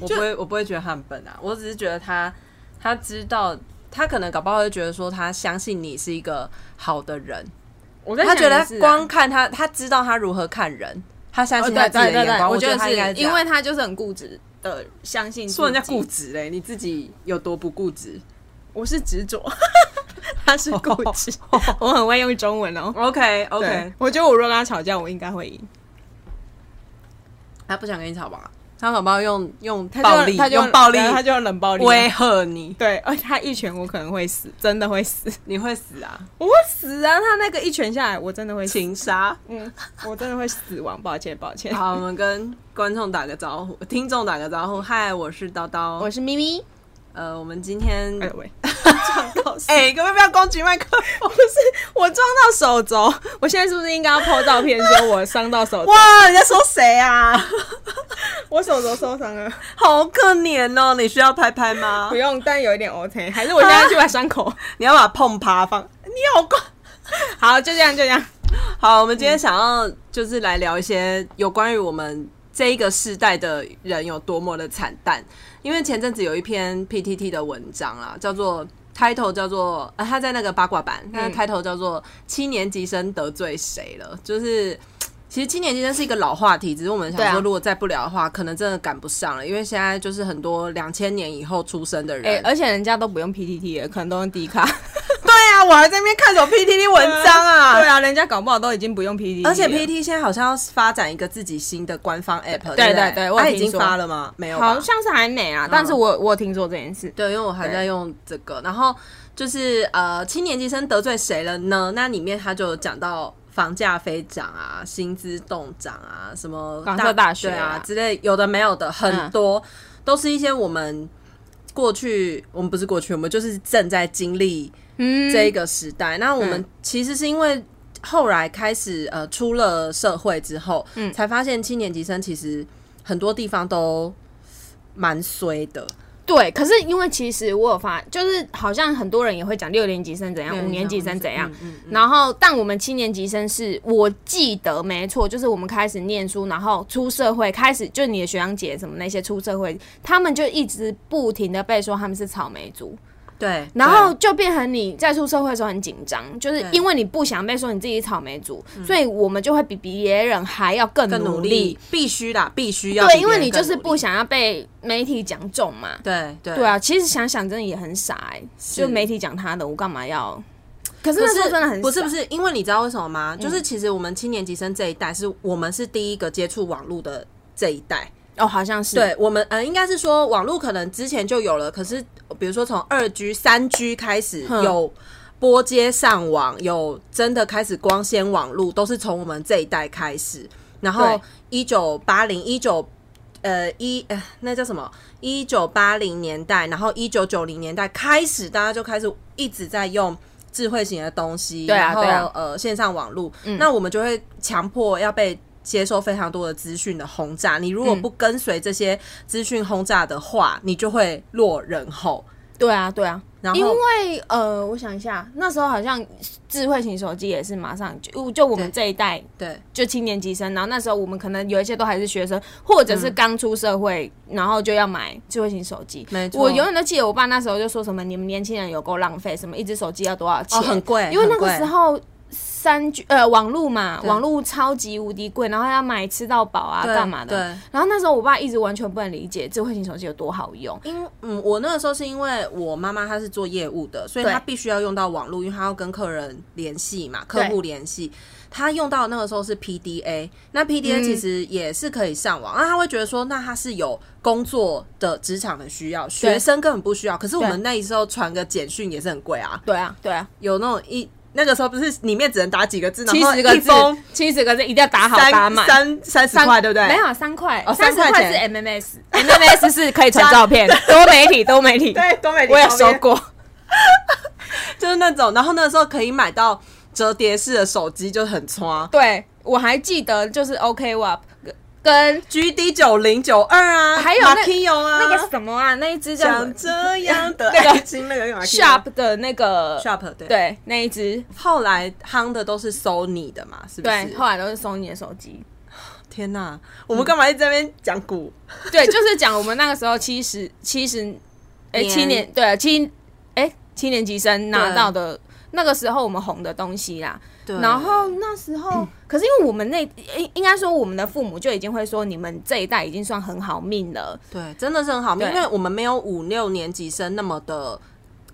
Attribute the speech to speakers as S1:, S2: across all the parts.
S1: 我不会，我不会觉得他很笨啊，我只是觉得他他知道，他可能搞不好会觉得说他相信你是一个好的人，
S2: 我在
S1: 他觉
S2: 想
S1: 得
S2: 也是啊
S1: 光看他，他知道他如何看人，他相
S2: 哦
S1: 信
S2: 对
S1: 他自己
S2: 对
S1: 的
S2: 对
S1: 眼
S2: 对，
S1: 光，
S2: 我
S1: 觉得他应该
S2: 是
S1: 这样
S2: 因为他就是很固执的相信自己
S1: 说人家固，执嘞，你自己有多不固执
S2: 我是执着， 他是固执，我很会用中文哦。
S1: 哦？OK
S2: 对
S1: OK，
S2: 我觉得我如果跟他吵架，我应该会赢。
S1: 他不想跟你吵吧？他搞不好用用
S2: 他
S1: 暴
S2: 就
S1: 力，
S2: 他就
S1: 用暴力
S2: 对他就冷暴力啊。
S1: 威吓你，
S2: 对，而且他一拳我可能会死，真的会死，
S1: 你会死啊！
S2: 我会死啊！他那个一拳下来，我真的会死，
S1: 情杀。
S2: 嗯，我真的会死亡，抱歉抱 歉。
S1: 好，我们跟观众打个招呼，听众打个招呼。嗨，我是叨叨。
S2: 是咪咪，
S1: 呃，我们今天
S2: 哎 喂，撞到手，
S1: 哎，各位不要攻击麦克风。
S2: 不是 我撞到手肘，我现在是不是应该要 po 照片说我伤到手肘？
S1: 哇，你在说谁 啊？
S2: 我手肘受伤了，
S1: 好可怜哦，你需要拍拍吗
S2: 不？用，但有一点 OK，还是我现在去把伤口。
S1: 你要把碰趴放。你好怪。
S2: 好，就这样，就这样。
S1: 好，我们今天想要就是来聊一些有关于我们这一个世代的人有多么的惨淡。因为前阵子有一篇 PTT 的文章啦，叫做 title 叫做呃，他在那个八卦版，他的
S2: 嗯
S1: title 叫做“七年级生得罪谁了”，就是。其实七年级生是一个老话题，只是我们
S2: 对
S1: 想
S2: 啊
S1: 说，如果再不聊的话，可能真的赶不上了，因为现在就是很多两千年以后出生的人，
S2: 哎、而且人家都不用 PTT 了，可能都用 D 卡。
S1: 对啊，我还在那边看什么 PTT 文章啊，
S2: 对啊，人家搞不好都已经不用 PTT，
S1: 而且
S2: 了
S1: PT 现在好像要发展一个自己新的官方 app，
S2: 对
S1: 不对
S2: 对对我有
S1: 它已经
S2: 听说
S1: 发了吗？没有吧，
S2: 好像是还没啊，但是我我有听说这件事。
S1: 对，因为我还在用这个。然后就是呃，七年级生得罪谁了呢？那里面他就有讲到房价飞涨啊，薪资动涨啊，什么
S2: 港特大学
S1: 对啊
S2: 啊
S1: 之类，有的没有的，很
S2: 嗯
S1: 多、都是一些我们过去，我们不是过去，我们就是正在经历
S2: 嗯
S1: 这一个时代。那我们
S2: 嗯
S1: 其实是因为后来开始呃出了社会之后，嗯，才发现七年级生其实很多地方都蛮衰的，
S2: 对，可是因为其实我有发，就是好像很多人也会讲六年级生怎样，五年级生怎样。
S1: 嗯嗯
S2: 然后，但我们七年级生是我记得没错，就是我们开始念书，然后出社会，开始就你的学长姐什么那些出社会，他们就一直不停的被说他们是草莓族，
S1: 对，
S2: 然
S1: 对
S2: 后就变成你在出社会的时候很紧张，就是
S1: 对嗯
S2: 因为你不想被说你自己草莓族，所以我们就会比别人还要更
S1: 更努
S2: 努力
S1: 力，必须啦，必须要
S2: 对，
S1: 比
S2: 因
S1: 别
S2: 为
S1: 人
S2: 你就
S1: 更
S2: 是
S1: 努
S2: 不
S1: 力，
S2: 想要被媒体讲中嘛。
S1: 对对
S2: 对啊，其实想想真的也很傻哎、就媒体讲他的，我干嘛要？可是
S1: 可
S2: 那
S1: 是
S2: 时候真的很
S1: 不是
S2: 傻
S1: 不是，因为你知道为什么吗？就是其实我们七年级生这一代是我们是第一个接触网络的这一代，
S2: 哦，好像是
S1: 对我们呃，应该是说网络可能之前就有了，可是比如说从二 G、三 G 开始
S2: 哼
S1: 有拨接上网，有真的开始光纤网络，都是从我们这一代开始。然后
S2: 对
S1: 一九八零、一九呃一呃那叫什么？一九八零年代，然后一九九零年代开始，大家就开始一直在用。智慧型的东西，
S2: 对啊
S1: 然后
S2: 对啊嗯
S1: 呃线上网络，那我们就会强迫要被接受非常多的资讯的轰炸。你如果
S2: 嗯
S1: 不跟随这些资讯轰炸的话，你就会落人后。
S2: 对啊对啊，
S1: 然
S2: 因
S1: 后
S2: 为呃，我想一下，那时候好像智慧型手机也是马上就就我们这一代
S1: 对
S2: 就青年级生，然后那时候我们可能有一些都还是学生，或者是
S1: 嗯
S2: 刚出社会，然后就要买智慧型手机。
S1: 没错
S2: 我永远都记得我爸那时候就说什么你们年轻人有够浪费，什么一只手机要多少钱，
S1: 哦很贵
S2: 因为那
S1: 很
S2: 个
S1: 贵
S2: 时候。三 G 呃网络嘛，网络超级无敌贵，然后要买吃到饱啊，
S1: 对
S2: 干嘛的？
S1: 对
S2: 然后那时候我爸一直完全不能理解智慧型手机有多好用，
S1: 因嗯，我那个时候是因为我妈妈她是做业务的，所以
S2: 对
S1: 她必须要用到网络，因为她要跟客人联系嘛，客
S2: 对
S1: 户联系。她用到的那个时候是 PDA，那 PDA
S2: 嗯
S1: 其实也是可以上网，那、她会觉得说，那她是有工作的职场的需要，学生根本不需要。可是我们那时候传个简讯也是很贵啊，
S2: 对啊，对啊，
S1: 有那种一那个时候不是里面只能打几个字，然
S2: 七
S1: 后
S2: 十个
S1: 一
S2: 字
S1: 封，
S2: 七十个字一定要打好打
S1: 三
S2: 满，
S1: 三三十块，对不对？
S2: 没有啊三块
S1: 哦，
S2: 三十
S1: 三块
S2: 块
S1: 钱
S2: 是 MMS，MMS 是可以传照 片，多媒体，多媒体，
S1: 对，都没
S2: 我有收过。
S1: 就是那种，然后那时候可以买到折叠式的手机，就很穿。
S2: 对我还记得，就是 OK WAP 跟
S1: G D 九零九二啊，
S2: 还有那
S1: k i o 啊，
S2: 那个什么啊，那一只叫什么
S1: 想这样 的
S2: 那个
S1: 爱情，那个叫
S2: 啊 Sharp 的那个
S1: Sharp 对。
S2: 对那一只，
S1: 后来夯的都是 Sony 的嘛，是不
S2: 对，
S1: 是？
S2: 后来都是 Sony 的手机。
S1: 天哪，我们干嘛一直在那边讲股？
S2: 对，就是讲我们那个时候七十七十，哎，
S1: 年
S2: 七年对七哎七年级生拿
S1: 对
S2: 到的那个时候我们红的东西啦。
S1: 对嗯
S2: 然后那时候，可是因为我们那应应该说我们的父母就已经会说，你们这一代已经算很好命了。
S1: 对，真的是很好命，
S2: 对
S1: 因为我们没有五六年级生那么的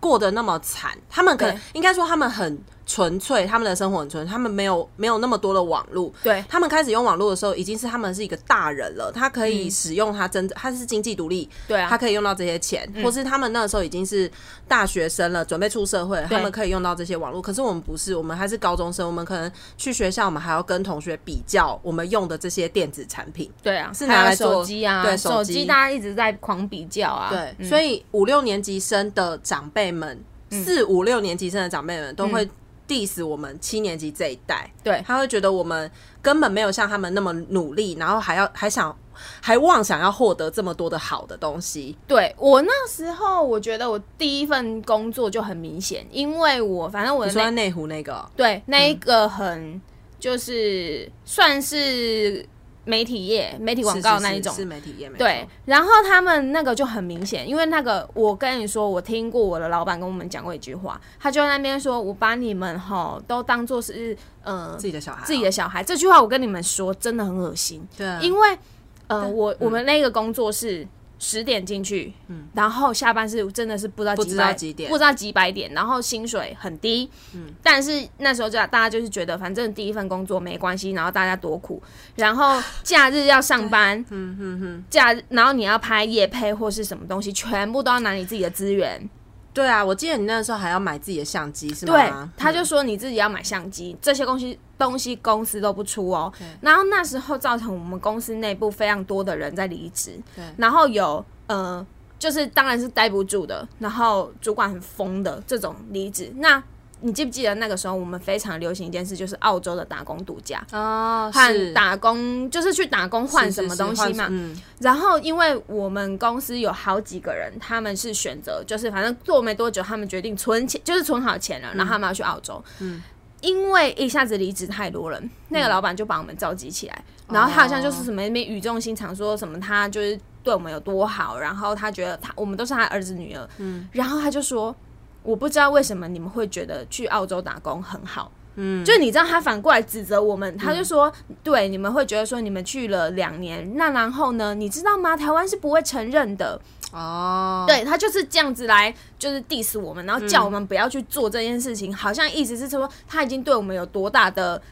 S1: 过得那么惨，他们可能
S2: 对
S1: 应该说他们很纯粹，他们的生活很纯，粹，他们没有没有那么多的网络。
S2: 对
S1: 他们开始用网络的时候，已经是他们是一个大人了，他可以使用他真，他是经济独立，
S2: 嗯对啊嗯
S1: 他，可以用到这些钱，或是他们那个时候已经是大学生了，准备出社会了，
S2: 对
S1: 他们可以用到这些网络。可是我们不是，我们还是高中生，我们可能去学校，我们还要跟同学比较我们用的这些电子产品。
S2: 对啊，
S1: 是
S2: 还
S1: 拿
S2: 有
S1: 来做
S2: 手机啊，
S1: 对手
S2: 手
S1: 机
S2: 机大家一直在狂比较啊。
S1: 对，
S2: 嗯
S1: 所以五六年级生的长辈们，四五六年级生的长辈们都会 diss 我们七年级这一代，
S2: 对
S1: 他会觉得我们根本没有像他们那么努力，然后还要还想还妄想要获得这么多的好的东西。
S2: 对我那时候，我觉得我第一份工作就很明显，因为我反正我
S1: 你
S2: 的
S1: 说在
S2: 那
S1: 内湖那个哦，
S2: 对那一个很、就是算是媒体业、媒体广告
S1: 是是
S2: 那一种
S1: 是是媒体业，没
S2: 对
S1: 错，，
S2: 然后他们那个就很明显，因为那个我跟你说，我听过我的老板跟我们讲过一句话，他就在那边说，我把你们哈都当做是呃
S1: 自己的小孩哦，
S2: 自己的小孩，这句话我跟你们说真的很恶心，
S1: 对，
S2: 因为呃我
S1: 嗯
S2: 我们那个工作是十点进去，然后下班是真的是不知道
S1: 不
S2: 几
S1: 知道
S2: 百
S1: 几点嗯
S2: 不知道几百点，然后薪水很低，但是那时候就大家就是觉得反正第一份工作没关系，然后大家多苦，然 后假日要上班，嗯哼哼，假日然后你要拍夜配或是什么东西，全部都要拿你自己的资源，
S1: 对啊，我记得你那时候还要买自己的相机是
S2: 对
S1: 吗？，嗯
S2: 他就说你自己要买相机，这些东西东西公司都不出哦。然后那时候造成我们公司内部非常多的人在离职，
S1: 对
S2: 然后有呃，就是当然是待不住的，然后主管很疯的这种离职。那你记不记得那个时候我们非常流行一件事，就是澳洲的打工度假。
S1: 哦，
S2: 和
S1: 是
S2: 打工就是去打工换什么东西嘛，？
S1: 是是是换嗯，
S2: 然后，因为我们公司有好几个人，他们是选择，就是反正做没多久，他们决定存钱，就是存好钱了，然后他们要去澳洲。嗯，因为一下子离职太多人，那个老板就把我们召集起来，然后他好像就是什么那边语重心长说什么他就是对我们有多好，然后他觉得他我们都是他儿子女儿，嗯，然后他就说。我不知道为什么你们会觉得去澳洲打工很好，嗯，就你知道他反过来指责我们，他就说，对，你们会觉得说你们去了两年，那然后呢？你知道吗？台湾是不会承认的，
S1: 哦，
S2: 对他就是这样子来，就是 diss 我们，然后叫我们不要去做这件事情，好像意思是说他已经对我们有多大的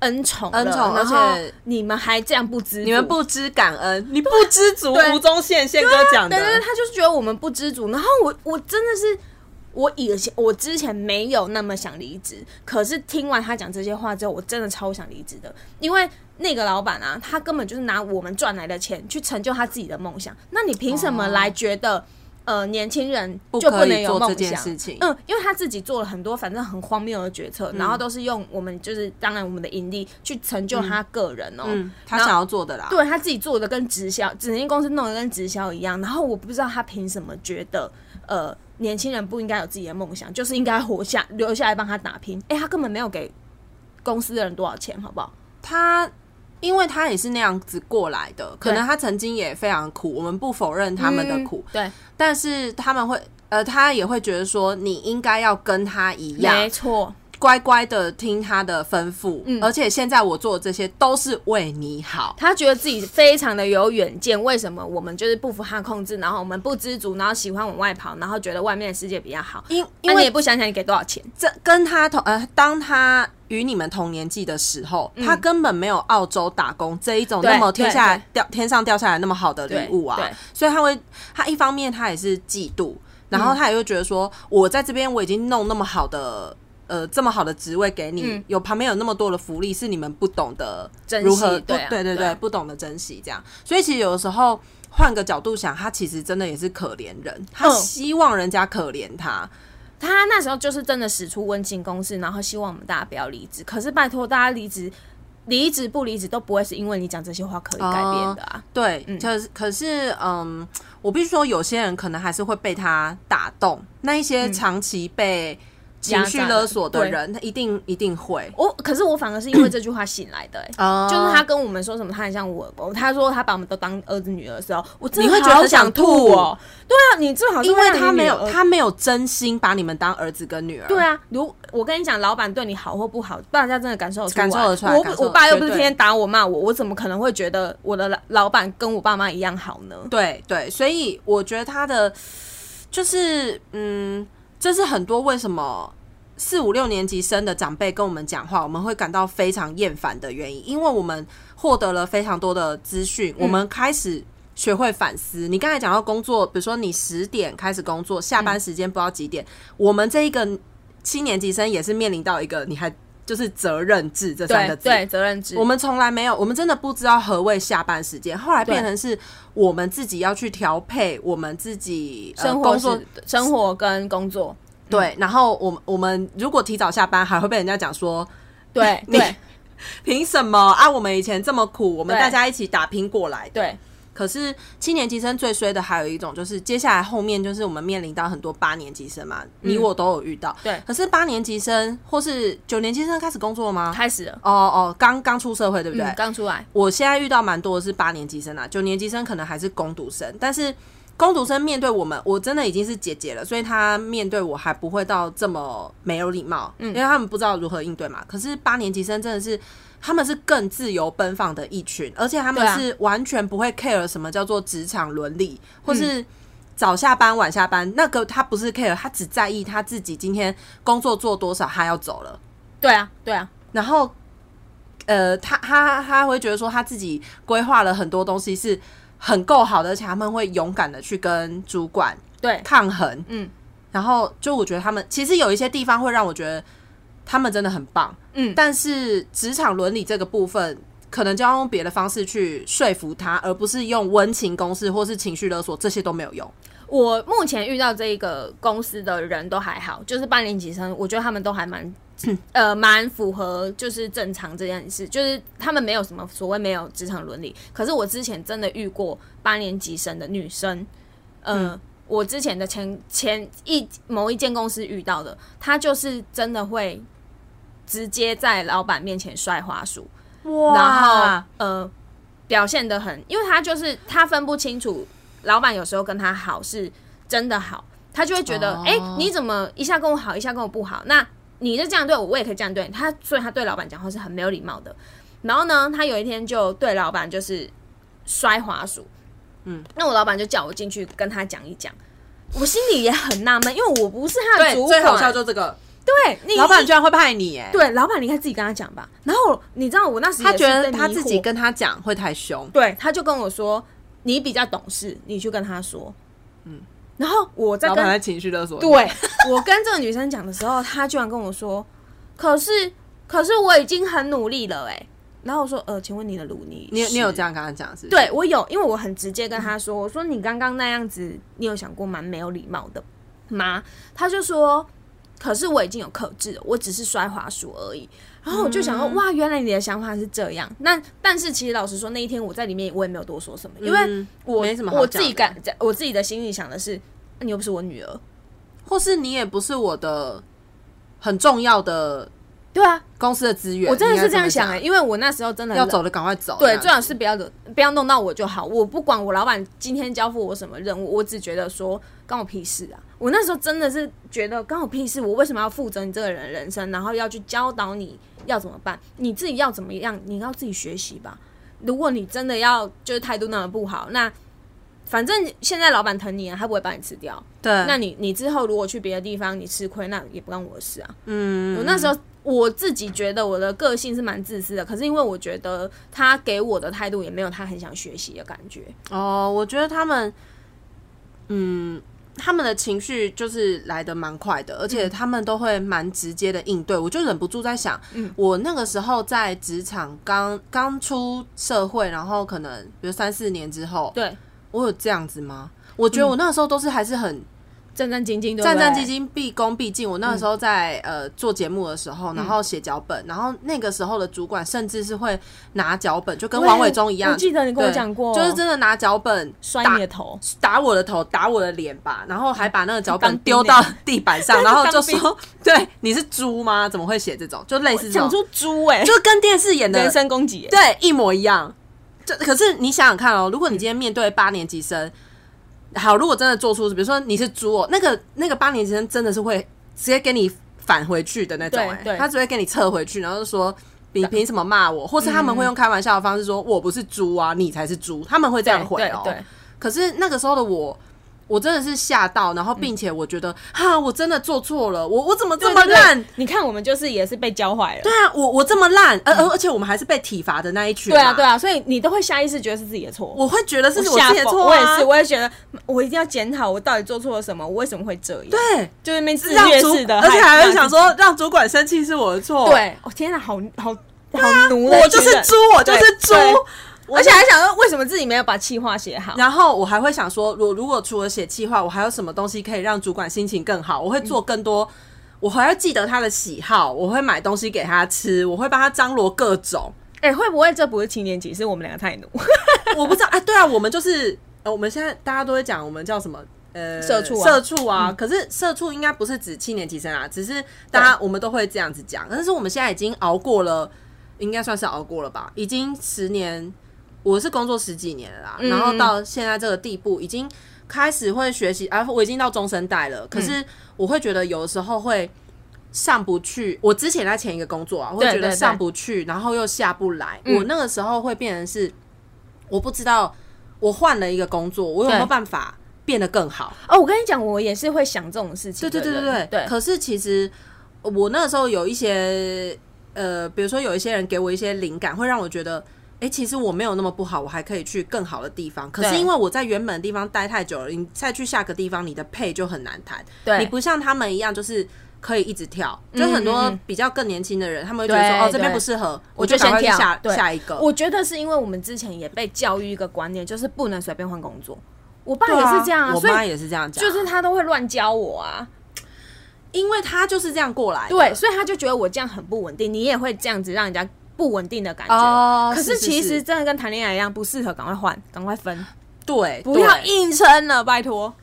S2: 恩宠了，
S1: 恩宠
S2: 然后
S1: 而且
S2: 你们还这样不知足，
S1: 你们不知感恩，你不知 足，
S2: 对
S1: 吴宗宪宪哥讲的
S2: 对，对，对他就是觉得我们不知足。然后我我真的是，我以前我之前没有那么想离职，可是听完他讲这些话之后，我真的超想离职的，因为。那个老板啊，他根本就是拿我们赚来的钱去成就他自己的梦想。那你凭什么来觉得，呃，年轻人就
S1: 哦可
S2: 能
S1: 以
S2: 有
S1: 做这
S2: 梦
S1: 件
S2: 想？
S1: 事情。嗯
S2: 嗯，因为他自己做了很多反正很荒谬的决策，然后都是用我们就是当然我们的盈利去成就他个人哦、
S1: 嗯，他
S2: 然后
S1: 想要做的啦，
S2: 对他自己做的跟直销，指定公司弄得跟直销一样。然后我不知道他凭什么觉得，呃，年轻人不应该有自己的梦想，就是应该活下留下来帮他打拼。哎、他根本没有给公司的人多少钱，好不好？
S1: 他。因为他也是那样子过来的，可能他曾经也非常苦，我们不否认他们的苦，
S2: 嗯对，
S1: 但是他们会，呃，他也会觉得说，你应该要跟他一样
S2: 没，错，
S1: 乖乖的听他的吩咐，而且现在我做的这些都是为你好，
S2: 他觉得自己非常的有远见。为什么我们就是不服他控制，然后我们不知足，然后喜欢往外跑，然后觉得外面的世界比较好？
S1: 因
S2: 那、
S1: 因
S2: 你
S1: 为
S2: 也不想想你给多少钱？
S1: 这跟他同呃，当他与你们同年纪的时候，他根本没有澳洲打工这一种
S2: 嗯对
S1: 那么天下
S2: 对
S1: 来掉天上掉下来那么好的礼物啊
S2: 对对，
S1: 所以他会，他一方面他也是嫉妒，然后他也会觉得说，我在这边我已经弄那么好的。呃，这么好的职位给你，
S2: 嗯
S1: 有旁边有那么多的福利，是你们不懂得
S2: 珍惜
S1: 如何不
S2: 对啊
S1: 对对
S2: 对啊
S1: 不懂得珍惜这样。所以其实有的时候换个角度想，他其实真的也是可怜人，他
S2: 嗯
S1: 希望人家可怜他。
S2: 他那时候就是真的使出温情攻势，然后希望我们大家不要离职。可是拜托大家离职，离职不离职都不会是因为你讲这些话可以改变的啊。
S1: 对，可是可是，嗯，我必须说，有些人可能还是会被他打动。那一
S2: 嗯
S1: 些长期被情绪勒索的人，他一定一定会。
S2: 哦我可是我反而是因为这句话醒来的、欸，
S1: 哦
S2: 就是他跟我们说什么，他很像我，我他说他把我们都当呃儿子女儿的时候，我真
S1: 你会
S2: 的
S1: 觉得
S2: 好
S1: 想
S2: 想吐
S1: 吐
S2: 哦。对啊，你最好是
S1: 因为
S2: 让你啊
S1: 他没
S2: 女
S1: 有
S2: 儿
S1: 他没有真心把你们当儿子跟女儿。
S2: 对啊，如我跟你讲，老板对你好或不好，大家真的感受得出来。
S1: 感受得出来
S2: 我
S1: 感受
S2: 我爸又不是
S1: 绝对
S2: 天天打我骂我，我怎么可能会觉得我的老老板跟我爸妈一样好呢？
S1: 对对，所以我觉得他的就是嗯，这是很多为什么四五六年级生的长辈跟我们讲话，我们会感到非常厌烦的原因，因为我们获得了非常多的资讯，
S2: 嗯
S1: 我们开始。学会反思。你刚才讲到工作，比如说你十点开始工作，下班时间不知道几点。
S2: 嗯
S1: 我们这一个七年级生也是面临到一个，你还就是责任制这三个
S2: 对
S1: 字。
S2: 对，责任制。
S1: 我们从来没有，我们真的不知道何谓下班时间。后来变成是我们自己要去调配我们自己、呃、
S2: 生活嗯
S1: 工
S2: 是、
S1: 作
S2: 生活跟工作，
S1: 对，然后我们我们如果提早下班，还会被人家讲说
S2: 对
S1: 你
S2: 对
S1: 凭什么啊？我们以前这么苦，我们
S2: 对
S1: 大家一起打拼过来的。
S2: 对，
S1: 可是七年级生最衰的还有一种，就是接下来后面就是我们面临到很多八年级生嘛，你我都有遇到。
S2: 嗯对
S1: 可是八年级生或是九年级生开始工作吗？
S2: 开始了，
S1: 哦哦，刚刚出社会对不对
S2: 嗯，？刚出来，
S1: 我现在遇到蛮多的是八年级生啊，九年级生可能还是攻读生，但是攻读生面对我们，我真的已经是姐姐了，所以他面对我还不会到这么没有礼貌，
S2: 嗯
S1: 因为他们不知道如何应对嘛。可是八年级生真的是。他们是更自由奔放的一群，而且他们
S2: 对啊
S1: 是完全不会 care 什么叫做职场伦理，
S2: 嗯
S1: 或是早下班晚下班，那个他不是 care，他只在意他自己今天工作做多少，他要走了。
S2: 对啊对啊，
S1: 然后，呃，他他他会觉得说他自己规划了很多东西是很够好的，而且他们会勇敢的去跟主管
S2: 对
S1: 抗衡，
S2: 嗯，
S1: 然后就我觉得他们其实有一些地方会让我觉得他们真的很棒，
S2: 嗯
S1: 但是职场伦理这个部分。可能就要用别的方式去说服他，而不是用温情攻势或是情绪勒索，这些都没有用。
S2: 我目前遇到这一个公司的人都还好，就是八年级生，我觉得他们都还蛮。 呃，蛮符合就是正常这件事，就是他们没有什么所谓没有职场伦理。可是我之前真的遇过八年级生的女生，呃，我之前的前前一某一间公司遇到的，她就是真的会直接在老板面前摔花束，然后呃表现的很，因为他就是他分不清楚，老板有时候跟他好是真的好，他就会觉得
S1: 哦
S2: 哎、诶你怎么一下跟我好，一下跟我不好？那你是这样对我，我也可以这样对你。他所以他对老板讲话是很没有礼貌的。然后呢，他有一天就对老板就是摔滑鼠，嗯，那我老板就叫我进去跟他讲一讲。我心里也很纳闷，因为我不是他的
S1: 对
S2: 主，
S1: 最
S2: 管。
S1: 好笑就这个，
S2: 对，你
S1: 老板居然会派你哎、
S2: 对老板，你应该自己跟他讲吧。然后你知道我那时
S1: 他
S2: 也是
S1: 觉得
S2: 被
S1: 他
S2: 迷
S1: 自
S2: 惑
S1: 己跟他讲会太凶，
S2: 对，他就跟我说：“你比较懂事，你去跟他说。”嗯，然后我在
S1: 老
S2: 跟
S1: 板在情绪勒索你。
S2: 对我跟这个女生讲的时候， 她居然跟我说：“可是，可是我已经很努力了。”哎，然后我说：“呃，请问你的努力，
S1: 你你有这？”样跟他讲是不是？
S2: 对我有，因为我很直接跟她
S1: 嗯
S2: 说：“我说你刚刚那样子，你有想过蛮没有礼貌的吗？”她就说。可是我已经有克制了，我只是摔滑鼠而已。
S1: 嗯
S2: 然后我就想说，哇，原来你的想法是这样。那但是其实老实说，那一天我在里面我也没有多说什么，因为
S1: 嗯
S2: 我
S1: 没什么好
S2: 我
S1: 讲
S2: 自己
S1: 的
S2: 感，我自己的心里想的是，你又不是我女儿，
S1: 或是你也不是我的很重要的
S2: 对啊，
S1: 公司的资源，
S2: 我真的是这样
S1: 应该
S2: 想
S1: 么
S2: 哎、因为我那时候真的
S1: 讲，要走的赶快走。
S2: 对，
S1: 这
S2: 最
S1: 样
S2: 好是不要惹，不要弄到我就好。我不管我老板今天交付我什么任务，我只觉得说关我屁事啊！我那时候真的是觉得关我屁事，我为什么要负责你这个人的人生，然后要去教导你要怎么办，你自己要怎么样，你要自己学习吧。如果你真的要就是态度那么不好，那反正现在老板疼你啊，他不会把你吃掉。
S1: 对，
S2: 那你你之后如果去别的地方你吃亏，那也不关我的事啊。
S1: 嗯
S2: 我那时候我自己觉得我的个性是蛮自私的，可是因为我觉得他给我的态度也没有他很想学习的感觉。
S1: 哦，我觉得他们，嗯，他们的情绪就是来的蛮快的，而且他们都会蛮直接的应对。我就忍不住在想，我那个时候在职场刚刚出社会，然后可能比如三四年之后，
S2: 对，
S1: 嗯我有这样子吗？我觉得我那个时候都是还是很
S2: 战战兢兢，对不对
S1: 战战兢。兢、毕恭毕敬。我那个时候在、呃做节目的时候，然后写脚本，然后那个时候的主管甚至是会拿脚本，就跟
S2: 我也
S1: 王伟忠一样。
S2: 我记得你跟我
S1: 对
S2: 讲过
S1: 就是真的拿脚本
S2: 摔
S1: 打
S2: 你的头，
S1: 打我的头，打我的脸吧，然后还把那个脚本
S2: 当兵
S1: 丢
S2: 欸
S1: 到地板 上，然后就
S2: 当
S1: 说：“ 对，你是猪吗？怎么会写这种？”就类似这
S2: 讲
S1: 种，
S2: 出猪哎、
S1: 就跟电视演的
S2: 人身攻击、欸，
S1: 对一模一样。这可是你想想看哦，如果你今天面对八年级生，好，如果真的做出，比如说你是猪哦，那个那个八年级生真的是会直接给你返回去的那种、
S2: 对
S1: 哎
S2: 对
S1: 他只会给你撤回去，然后就说。你凭什么骂我？或是他们
S2: 嗯
S1: 会用开玩笑的方式说：“我不是猪啊，你才是猪。”他们会这样回
S2: 对
S1: 哦。
S2: 对，
S1: 可是那个时候的我，我真的是吓到，然后并且我觉得，哈、我真的做错了，我我怎么这么
S2: 嗯对对对
S1: 烂？
S2: 你看我们就是也是被教坏了。
S1: 对啊，我我这么烂，而、而而且我们还是被体罚的那一群、
S2: 对啊，对，啊，所以你都会下意识觉得是自己的错。
S1: 我会觉得是我
S2: 吓
S1: 自己的
S2: 疯
S1: 错、啊，
S2: 我也是，我也觉得我一定要检讨我到底做错了什么，我为什么会这样？对，
S1: 对，
S2: 就是那边自
S1: 让
S2: 虐
S1: 主
S2: 式的，，
S1: 而且还
S2: 会
S1: 会想，说让主管生气是我的错，，
S2: 对，啊哦天哪，好好好奴的一群人，
S1: 我就是猪，我就是猪
S2: 对对，
S1: 我
S2: 而且还想说为什么自己没有把气话写好？
S1: 然后我还会想说，我如果除了写企划，我还有什么东西可以让主管心情更好？我会做
S2: 嗯
S1: 更多，我还要记得他的喜好，我会买东西给他吃，我会帮他张罗各种。
S2: 哎、会不会这不是七年级，是我们两个太奴？
S1: 我不知道，哎，对啊，我们就是呃，我们现在大家都会讲我们叫什么？呃，
S2: 社畜啊
S1: 社畜啊，可是社畜应该不是指七年级生啊，只是大家我们都会这样子讲。但是我们现在已经熬过了，应该算是熬过了吧？已经十年，我是工作十几年了啦，
S2: 嗯
S1: 然后到现在这个地步，已经开始会学习啊，我已经到中生代了。可
S2: 嗯
S1: 是我会觉得有的时候会上不去。我之前在前一个工作啊，我会
S2: 对
S1: 觉
S2: 对嗯
S1: 得
S2: 对
S1: 上不去，然后又下不来。我那个时候会变成是，我不知道我换了一个工作，我有没有
S2: 对
S1: 办法变得更好？
S2: 哦，我跟你讲，我也是会想这种事情
S1: 对
S2: 的
S1: 对
S2: 人。
S1: 对对
S2: 对
S1: 可是其实我那个时候有一些呃，比如说有一些人给我一些灵感，会让我觉得。哎、其实我没有那么不好，我还可以去更好的地方。可是
S2: 对
S1: 因为我在原本的地方待太久了，你再去下个地方，你的配就很难谈。
S2: 对，
S1: 你不像他们一样，就是可以一直跳。就
S2: 嗯
S1: 很
S2: 嗯
S1: 多
S2: 嗯
S1: 比较更年轻的人，他们会觉得说，
S2: 对
S1: 哦，这边
S2: 对
S1: 不适合，
S2: 我
S1: 我
S2: 就
S1: 就
S2: 先
S1: 赶快去
S2: 跳
S1: 下
S2: 对
S1: 下一个。
S2: 我觉得是因为我们之前也被教育一个观念，就是不能随便换工作。我爸
S1: 对
S2: 也是这样啊，
S1: 我
S2: 所
S1: 妈
S2: 以
S1: 也是这样讲，
S2: 就是他都会乱教我啊。
S1: 因为她就是这样过来的。
S2: 对，所以他就觉得我这样很不稳定，你也会这样子让人家不稳定的感觉。
S1: 哦
S2: 可
S1: 是是
S2: 其实
S1: 是
S2: 真的跟谈恋爱一样，不适合，赶快换，赶快分，
S1: 对，
S2: 不要
S1: 对
S2: 硬撑了，拜托。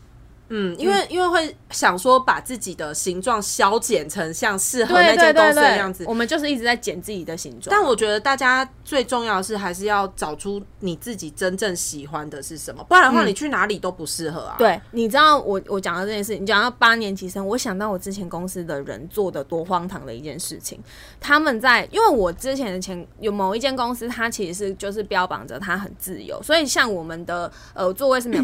S1: 嗯，因为因为会想说把自己的形状消减成像适合那间公
S2: 对对对哦
S1: 司的
S2: 对，
S1: 样子
S2: 我。们就是一直在减自己的形状。
S1: 但我觉得大家最重要的是，还是要找出你自己真正喜欢的是什么，不然的话，
S2: 嗯
S1: 你去哪里都不适合啊。
S2: 对，你知道我我讲到这件事，你讲到八年级生，我想到我之前公司的人做的多荒唐的一件事情。他们在，因为我之前的前有某一间公司，它其实是就是标榜着它很自由，所以像我们的呃座位是没有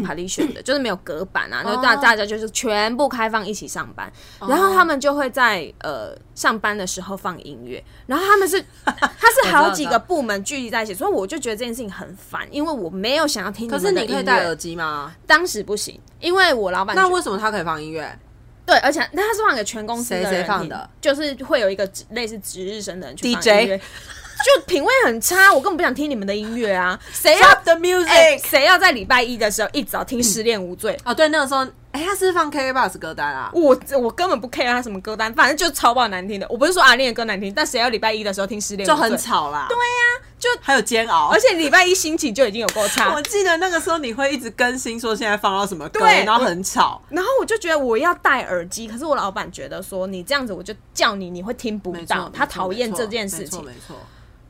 S2: partition 的，就是没有隔板啊，就大
S1: 哦
S2: 大家就是全部开放一起上班，然后他们就会在呃上班的时候放音乐，然后他 们是它是
S1: 我知道
S2: 好几
S1: 我知
S2: 个
S1: 道
S2: 部门聚集在一起，所以我就觉得这件事情很烦，因为我没有想要听
S1: 可
S2: 们
S1: 是
S2: 的
S1: 你
S2: 音
S1: 可以
S2: 乐。
S1: 戴耳机吗？
S2: 当时不行，因为我老板
S1: 那
S2: 觉得
S1: 为什么他可以放音乐？
S2: 对，而且那他是放给全公司的
S1: 谁谁
S2: 人
S1: 放
S2: 听
S1: 的，
S2: 就是会有一个值类似值日生的人去放
S1: DJ
S2: 音乐就品味很差，我根本不想听你们的音乐啊！ 谁要
S1: Stop the
S2: 哎
S1: music！
S2: 谁、要在礼拜一的时候一早听《失恋无罪》
S1: 哦，对，那个时候，哎，他是不是放 KKBox 歌单啊。
S2: 我我根本不 care 他什么歌单，反正就超爆难听的。我不是说阿啊恋的歌难听，但谁要礼拜一的时候听《失恋无
S1: 就
S2: 罪》
S1: 很，吵啦，对呀、
S2: 就
S1: 还有煎熬，
S2: 而且礼拜一心情就已经有够 差
S1: 我。记得那个时候你会一直更新说现在放到什么歌，
S2: 对
S1: 然后很吵，
S2: 然后我就觉得我要戴耳机，可是我老板觉得说你这样子，我就叫你，你会听不
S1: 没
S2: 到
S1: 错，，
S2: 他
S1: 没错
S2: 讨厌
S1: 没错
S2: 这件事情
S1: 没。错，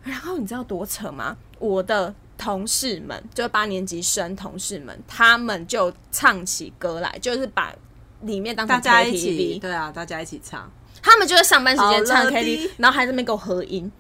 S2: 然后你知道多扯吗？我的同事们，就是八年级生同事们，他们就唱起歌来，就是把里面当成
S1: 大家一起，
S2: KTV，
S1: 对啊，大家一起唱，
S2: 他们就在上班时间唱
S1: 好了
S2: KTV，
S1: 的
S2: 然后还在那边给我合音。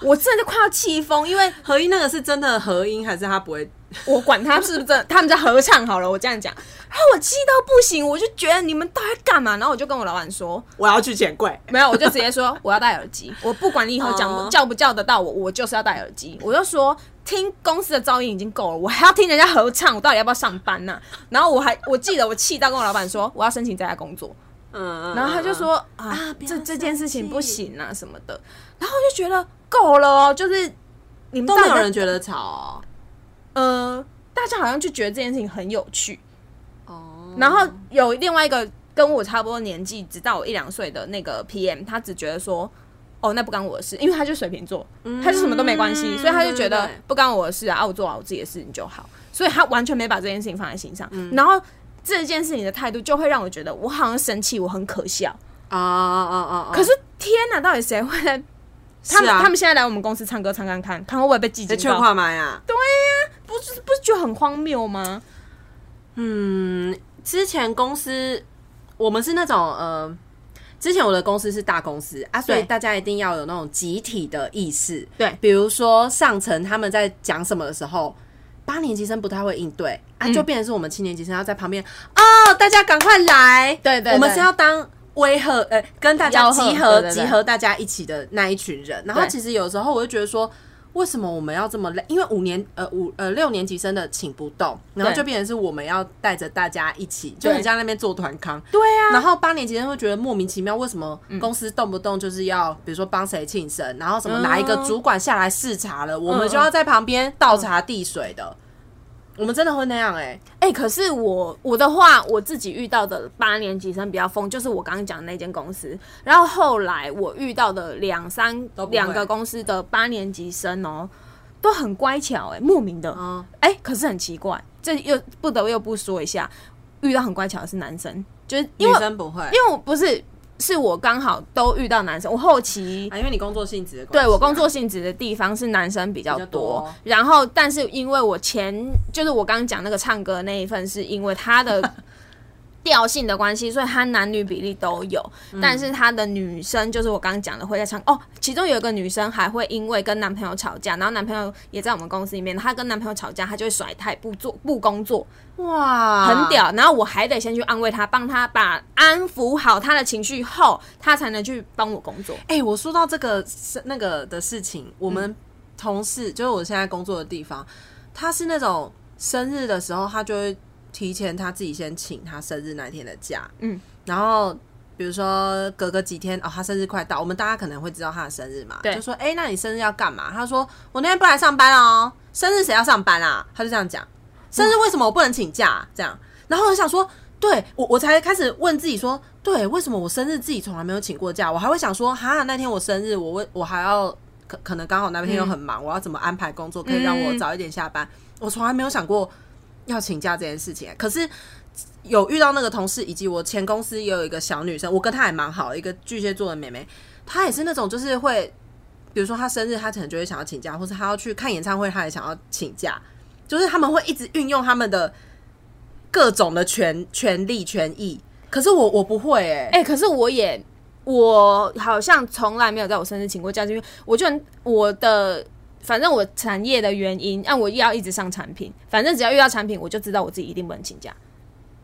S2: 我真的就快要气疯，因为
S1: 合音那个是真的合音还是他不会？
S2: 我管他是不是真的，他们在合唱好了，我这样讲，然后我气到不行，我就觉得你们到底在干嘛？然后我就跟我老板说，
S1: 我要去捡柜，
S2: 没有，我就直接说我要戴耳机， 嗯我不管你以后讲、
S1: 哦
S2: 叫不叫得到我，我就是要戴耳机。我就说听公司的噪音已经够了，我还要听人家合唱，我到底要不要上班呢、然后我还我记得我气到跟我老板说我要申请在家工作，
S1: 嗯，嗯
S2: 然后他就说啊
S1: 啊不要
S2: 这这件事情
S1: 生气
S2: 不行啊什么的，然后我就觉得够了哦，就是你们
S1: 都没
S2: 到底
S1: 有
S2: 在
S1: 人觉得吵
S2: 呃，大家好像就觉得这件事情很有趣，
S1: 哦，
S2: 然后有另外一个跟我差不多年纪，只大我一两岁的那个 PM，他只觉得说，哦，那不干我的事，因为他就水瓶座，他就什么都没关系，所以他就觉得
S1: 对对对
S2: 不干我的事啊，啊我做好我自己的事情就好，所以他完全没把这件事情放在心上。然后这件事情的态度就会让我觉得我好像生气，我很可笑。
S1: 啊啊啊啊！
S2: 可是天哪，到底谁会来？他
S1: 是
S2: 们、
S1: 啊，
S2: 他们现在来我们公司唱歌，唱看看，看会不会被记
S1: 在
S2: 警
S1: 劝
S2: 告？
S1: 话买啊。
S2: 不是不是觉得很荒谬吗？
S1: 之前公司我们是那种呃，之前我的公司是大公司啊，所以
S2: 对
S1: 大家一定要有那种集体的意识。
S2: 对
S1: 比如说上层他们在讲什么的时候，八年级生不太会应对
S2: 嗯
S1: 啊，就变成是我们七年级生要在旁边、哦，大家赶快来，
S2: 对对对
S1: 我们是要当。威吓，呃，跟大家
S2: 吆喝
S1: 集合，
S2: 对对对
S1: 集合大家一起的那一群人。然后
S2: 对
S1: 其实有时候我就觉得说，为什么我们要这么累？因为五年呃五呃六年级生的请不动，然后
S2: 对
S1: 就变成是我们要带着大家一起，就
S2: 对
S1: 很像那边做团康。
S2: 对啊，
S1: 然后八年级生会觉得莫名其妙，为什么公司动不动就是要，比如说帮谁庆生，然后什么
S2: 嗯
S1: 哪一个主管下来视察了，我们
S2: 嗯
S1: 就要在旁边倒茶递水的，我们真的会那样哎、
S2: 哎、可是我我的话，我自己遇到的八年级生比较疯，就是我刚刚讲的那间公司。然后后来我遇到的两三
S1: 都不会
S2: 两个公司的八年级生哦，都很乖巧哎、莫名的。
S1: 嗯，
S2: 哎、可是很奇怪，这又不得又不说一下，遇到很乖巧的是男生，就是因
S1: 女
S2: 为
S1: 生不会，
S2: 因为我不是是我刚好都遇到男生，我后期
S1: 啊，因为你工作性质的关系啊、
S2: 对我工作性质的地方是男生比较
S1: 比较
S2: 多，
S1: 多
S2: 然后但是因为我前就是我刚刚讲那个唱歌那一份，是因为他 的调性的关系，所以他男女比例都有，
S1: 嗯
S2: 但是他的女生就是我刚刚讲的会在唱哦，其中有一个女生还会因为跟男朋友吵架，然后男朋友也在我们公司里面，她跟男朋友吵架，她就会甩态不做不工作，
S1: 哇，
S2: 很屌，然后我还得先去安慰她，帮她把安抚好她的情绪后，她才能去帮我工作。
S1: 哎、我说到这个是那个的事情，我们同事、就是我现在工作的地方，他是那种生日的时候，他就会提前他自己先请他生日那天的假，
S2: 嗯，
S1: 然后比如说隔个几天哦，他生日快到，我们大家可能会知道他的生日嘛，
S2: 对
S1: 就说哎、那你生日要干嘛？他说我那天不来上班哦，生日谁要上班啊？他就这样讲，生日为什么我不能请假、这样，然后我就想说。对我，我才开始问自己说，对，为什么我生日自己从来没有请过假？我还会想说，哈，那天我生日，我为我还要可可能刚好那天又很忙，我要怎么安排工作可以让我
S2: 嗯
S1: 早一点下班？我从来没有想过要请假这件事情。可是有遇到那个同事，以及我前公司也有一个小女生，我跟她还蛮好，一个巨蟹座的妹妹，她也是那种就是会，比如说她生日，她可能就会想要请假，或是她要去看演唱会，她也想要请假，就是他们会一直运用他们的各种的权权利权益。可是我我不会哎、
S2: 哎、可是我也，我好像从来没有在我生日请过假，因为我就很我的，反正我产业的原因，让我要一直上产品，反正只要遇到产品，我就知道我自己一定不能请假，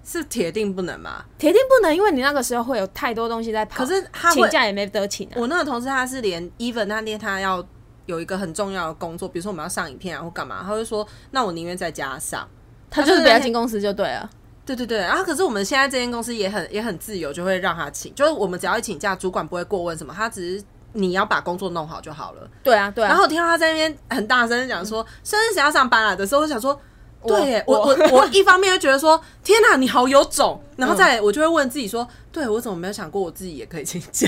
S1: 是铁定不能嘛？
S2: 铁定不能，因为你那个时候会有太多东西在跑，
S1: 可是她
S2: 请
S1: 会
S2: 假也没得请啊。
S1: 我那个同事他是连 even 那天他要有一个很重要的工作，比如说我们要上影片啊或干嘛，他会说那我宁愿在家上。
S2: 他就是不要进公司就对了，
S1: 对对对，然、后可是我们现在这间公司也很也很自由，就会让他请，就是我们只要一请假，主管不会过问什么，他只是你要把工作弄好就好了。
S2: 对啊，对啊。
S1: 然后我听到他在那边很大声地讲说生日谁要上班啊的时候，我想说。对耶，我
S2: 我
S1: 我我一方面就觉得说，天哪，你好有种，然后再来我就会问自己说，对我怎么没有想过我自己也可以请假？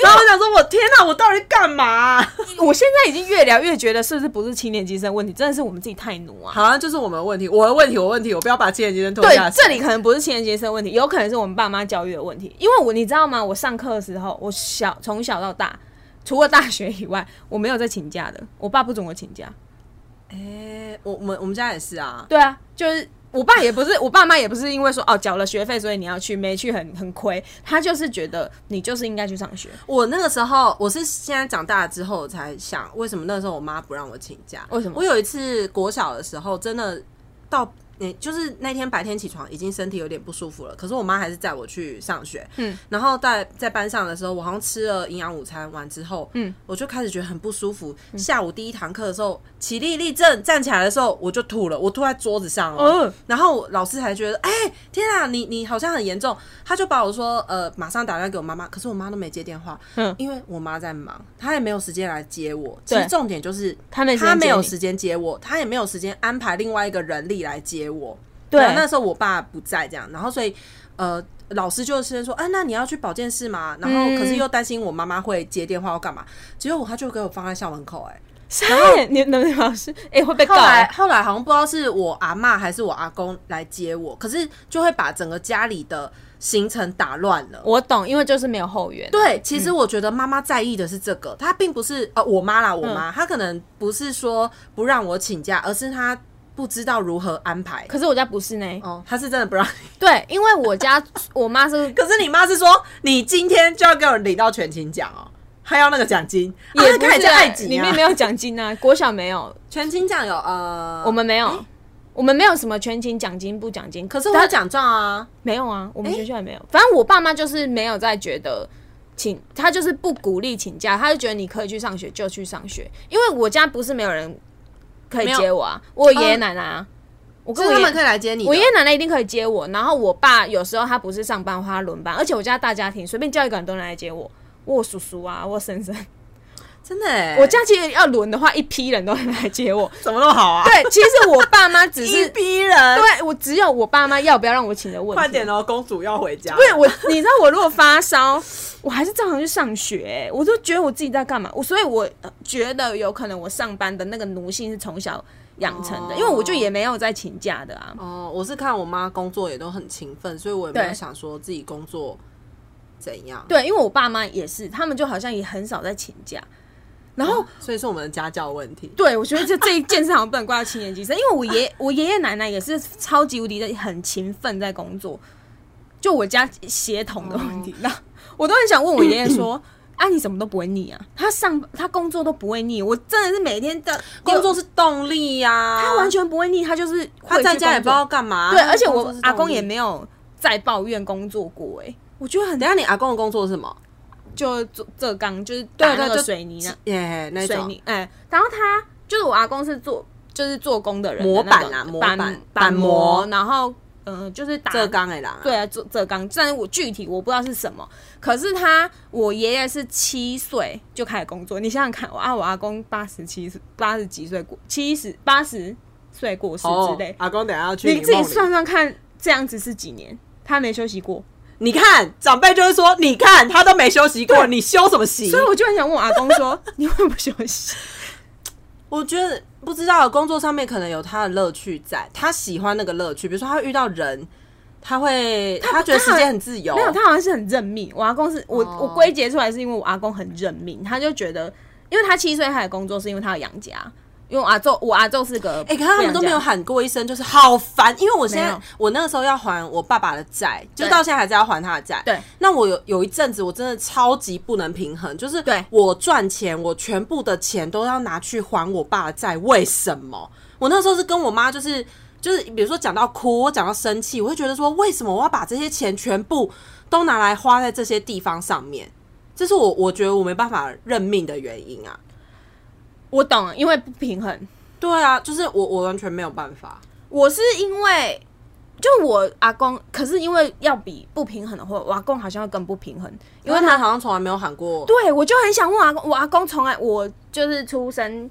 S1: 然后我想说，我天哪，我到底干嘛啊、
S2: 我现在已经越聊越觉得是不是不是青年级生问题，真的是我们自己太奴啊。
S1: 好像就是我们的问题，我的问题，我的问题，我不要把七年级生拖
S2: 对
S1: 下，水
S2: 这里可能不是青年级生问题，有可能是我们爸妈教育的问题。因为我你知道吗？我上课的时候，我小从小到大，除了大学以外，我没有在请假的。我爸不准我请假。
S1: 哎、我我们我们家也是啊，
S2: 对啊，就是我爸也不是，我爸妈也不是因为说哦缴了学费，所以你要去，没去很很亏。他就是觉得你就是应该去上学。
S1: 我那个时候，我是现在长大了之后我才想，为什么那时候我妈不让我请假？
S2: 为什么
S1: 我有一次国小的时候，真的到嗯，就是那天白天起床已经身体有点不舒服了，可是我妈还是载我去上学。
S2: 嗯，
S1: 然后在在班上的时候，我好像吃了营养午餐完之后，
S2: 嗯，
S1: 我就开始觉得很不舒服。下午第一堂课的时候，起立立正站起来的时候，我就吐了，我吐在桌子上哦。
S2: 哦
S1: 然后老师还觉得，哎、天啊，你你好像很严重，他就把我说，呃，马上打电话给我妈妈，可是我妈都没接电话，
S2: 嗯
S1: 因为我妈在忙，她也没有时间来接我。其实
S2: 对
S1: 重点就是
S2: 他没时间
S1: 她没有
S2: 接你
S1: 时间接我，她也没有时间安排另外一个人力来接我。
S2: 对
S1: 然后那时候我爸不在，这样，然后所以呃。老师就是说，啊，那你要去保健室吗？然
S2: 嗯
S1: 后可是又担心我妈妈会接电话或干嘛，结果他就给我放在校门口、欸，哎，
S2: 然后你那个老师，哎、会被告
S1: 后来
S2: 欸、
S1: 后来好像不知道是我阿嬷还是我阿公来接我，可是就会把整个家里的行程打乱了。
S2: 我懂，因为就是没有后援。
S1: 对，其实我觉得妈妈在意的是这个，她并不是呃我妈啦，我妈、
S2: 嗯
S1: 她可能不是说不让我请假，而是她不知道如何安排。
S2: 可是我家不是呢。
S1: 哦，她是真的不让 你。
S2: 对，因为我家 我妈是
S1: 可是你妈是说你今天就要给我领到全勤奖哦，还要那个奖金，啊
S2: 也
S1: 那
S2: 不
S1: 看
S2: 是
S1: 起来爱
S2: 欸
S1: 几
S2: 里
S1: 啊
S2: 面没有奖金啊， 国小没有，
S1: 全勤奖有呃，
S2: 我们没有，我们没有什么全勤奖金不奖金，
S1: 可是我
S2: 但
S1: 有奖状啊，
S2: 没有啊，我们学校也没有。反正我爸妈就是没有在觉得请，他就是不鼓励请假，他就觉得你可以去上学就去上学，因为我家不是没有人可以
S1: 没有
S2: 接我啊，我有爷爷奶奶啊，我
S1: 就
S2: 跟
S1: 是
S2: 我
S1: 他
S2: 爷
S1: 们可以来接你的。
S2: 我爷爷奶奶一定可以接我，然后我爸有时候他不是上班的话，他轮班，而且我家大家庭，随便叫一个人都能来接我。我有叔叔啊，我有婶婶，
S1: 真的、欸，
S2: 我家其实要轮的话，一批人都能来接我。
S1: 怎么那么好啊？
S2: 对，其实我爸妈只
S1: 一
S2: 是
S1: 逼人，
S2: 对我只有我爸妈要不要让我请的问题。
S1: 快点哦，公主要回家。
S2: 对我，你知道我如果发烧，我还是照常去上学欸、我都觉得我自己在干嘛。我所以，我呃觉得有可能我上班的那个奴性是从小养成的，因为我就也没有在请假的啊。
S1: 哦，我是看我妈工作也都很勤奋，所以我也没有
S2: 对
S1: 想说自己工作怎样。
S2: 对，因为我爸妈也是，他们就好像也很少在请假。然后，
S1: 所以是我们的家教问题。
S2: 对我觉得这这一件事好像不能怪到七年 级生，因为我爷我爷爷奶奶也是超级无敌的很勤奋在工作，就我家协同的问
S1: 哦
S2: 题。那、我都很想问我爷爷说。 啊，你怎么都不会腻啊？他上他工作都不会腻，我真的是每天的
S1: 工作是动力呀、
S2: 他完全不会腻，他就是
S1: 他
S2: 会
S1: 在
S2: 去
S1: 家也
S2: 工
S1: 不知
S2: 作
S1: 道干嘛。
S2: 对，而且
S1: 工作
S2: 我
S1: 是动力
S2: 阿公也。没有再抱怨工作过、欸，哎，我觉得很
S1: 等一下你阿公的工作是什么？
S2: 就做这刚就是
S1: 对
S2: 打
S1: 对
S2: 那个
S1: 就
S2: 水泥呢，
S1: 耶、那
S2: 水
S1: 种
S2: 泥，哎、然后他就是我阿公是做就是做工的人的
S1: 模
S2: 那
S1: 板
S2: 种
S1: 啊模板
S2: 板
S1: 板
S2: 板
S1: 模
S2: 模，然后嗯、呃就是打
S1: 浙江的啦。
S2: 对啊，做浙钢，但是我具体我不知道是什么。可是他，我爷爷是七岁就开始工作，你想想看，我啊，我阿公八十七岁，八十几岁过，七十八十岁过世
S1: 哦
S2: 之类，
S1: 阿公等一下要去
S2: 你自己
S1: 梦里
S2: 算算看，这样子是几年？他没休息过，
S1: 你看长辈就是说，你看他都没休息过，你休什么息？
S2: 所以我就很想问我阿公说， 你为什么不休息？
S1: 我觉得不知道工作上面可能有他的乐趣在，他喜欢那个乐趣。比如说他会遇到人，他会他觉得时间很自由。
S2: 没有，他好像是很认命。我阿公是我、
S1: 哦
S2: 我归结出来是因为我阿公很认命，他就觉得，因为他七岁开始工作是因为他要养家，因为我阿昼我阿昼是个
S1: 哎、可是他
S2: 不
S1: 们
S2: 养
S1: 都没
S2: 家
S1: 有喊过一声，就是好烦。因为我现
S2: 没
S1: 在
S2: 有
S1: 我那个时候要还我爸爸的债，就
S2: 对
S1: 到现在还是要还他的债。
S2: 对，
S1: 那我有有一阵子我真的超级不能平衡，就是
S2: 对
S1: 我赚钱，我全部的钱都要拿去还我爸的债，为什么？我那时候是跟我妈就是。就是比如说讲到哭，我讲到生气，我会觉得说，为什么我要把这些钱全部都拿来花在这些地方上面？这是我我觉得我没办法认命的原因啊。
S2: 我懂，因为不平衡。
S1: 对啊，就是我我完全没有办法。
S2: 我是因为就我阿公，可是因为要比不平衡的话，我阿公好像会更不平衡，因
S1: 因
S2: 为
S1: 为
S2: 他
S1: 他好像从来没有喊过，
S2: 啊对我就很想问我阿公，我阿公从来我就是出生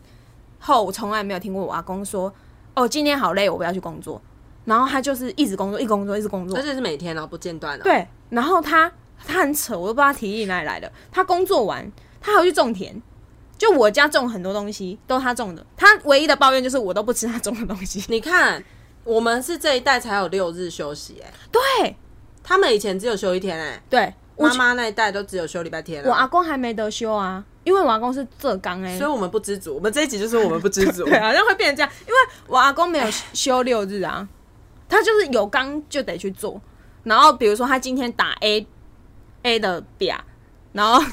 S2: 后我从来没有听过我阿公说哦今天好累，我不要去工作，然后他就是一直工作，一直工作，一直工作
S1: 而，且是每天啊，不间断啊。，
S2: 对，然后他他很扯，我都不知道他体力哪里来的。他工作完，他还要去种田。就我家种很多东西都是他种的，他唯一的抱怨就是我都不吃他种的东 西。
S1: 你看我们是这一代才有六日休息、欸，哎，
S2: 对
S1: 他们以前只有休一天、欸，哎，
S2: 对，我
S1: 妈妈那一代都只有休礼拜天、啊。
S2: 我阿公还没得休啊，因为我阿公是浙江哎
S1: 所以，我们不知足，我们这一集就是我们不知足
S2: 对，。好像会变成这样，因为我阿公没
S1: 哎
S2: 有休休六日啊，他就是有刚就得去做，然后比如说他今天打 A A 的表，然后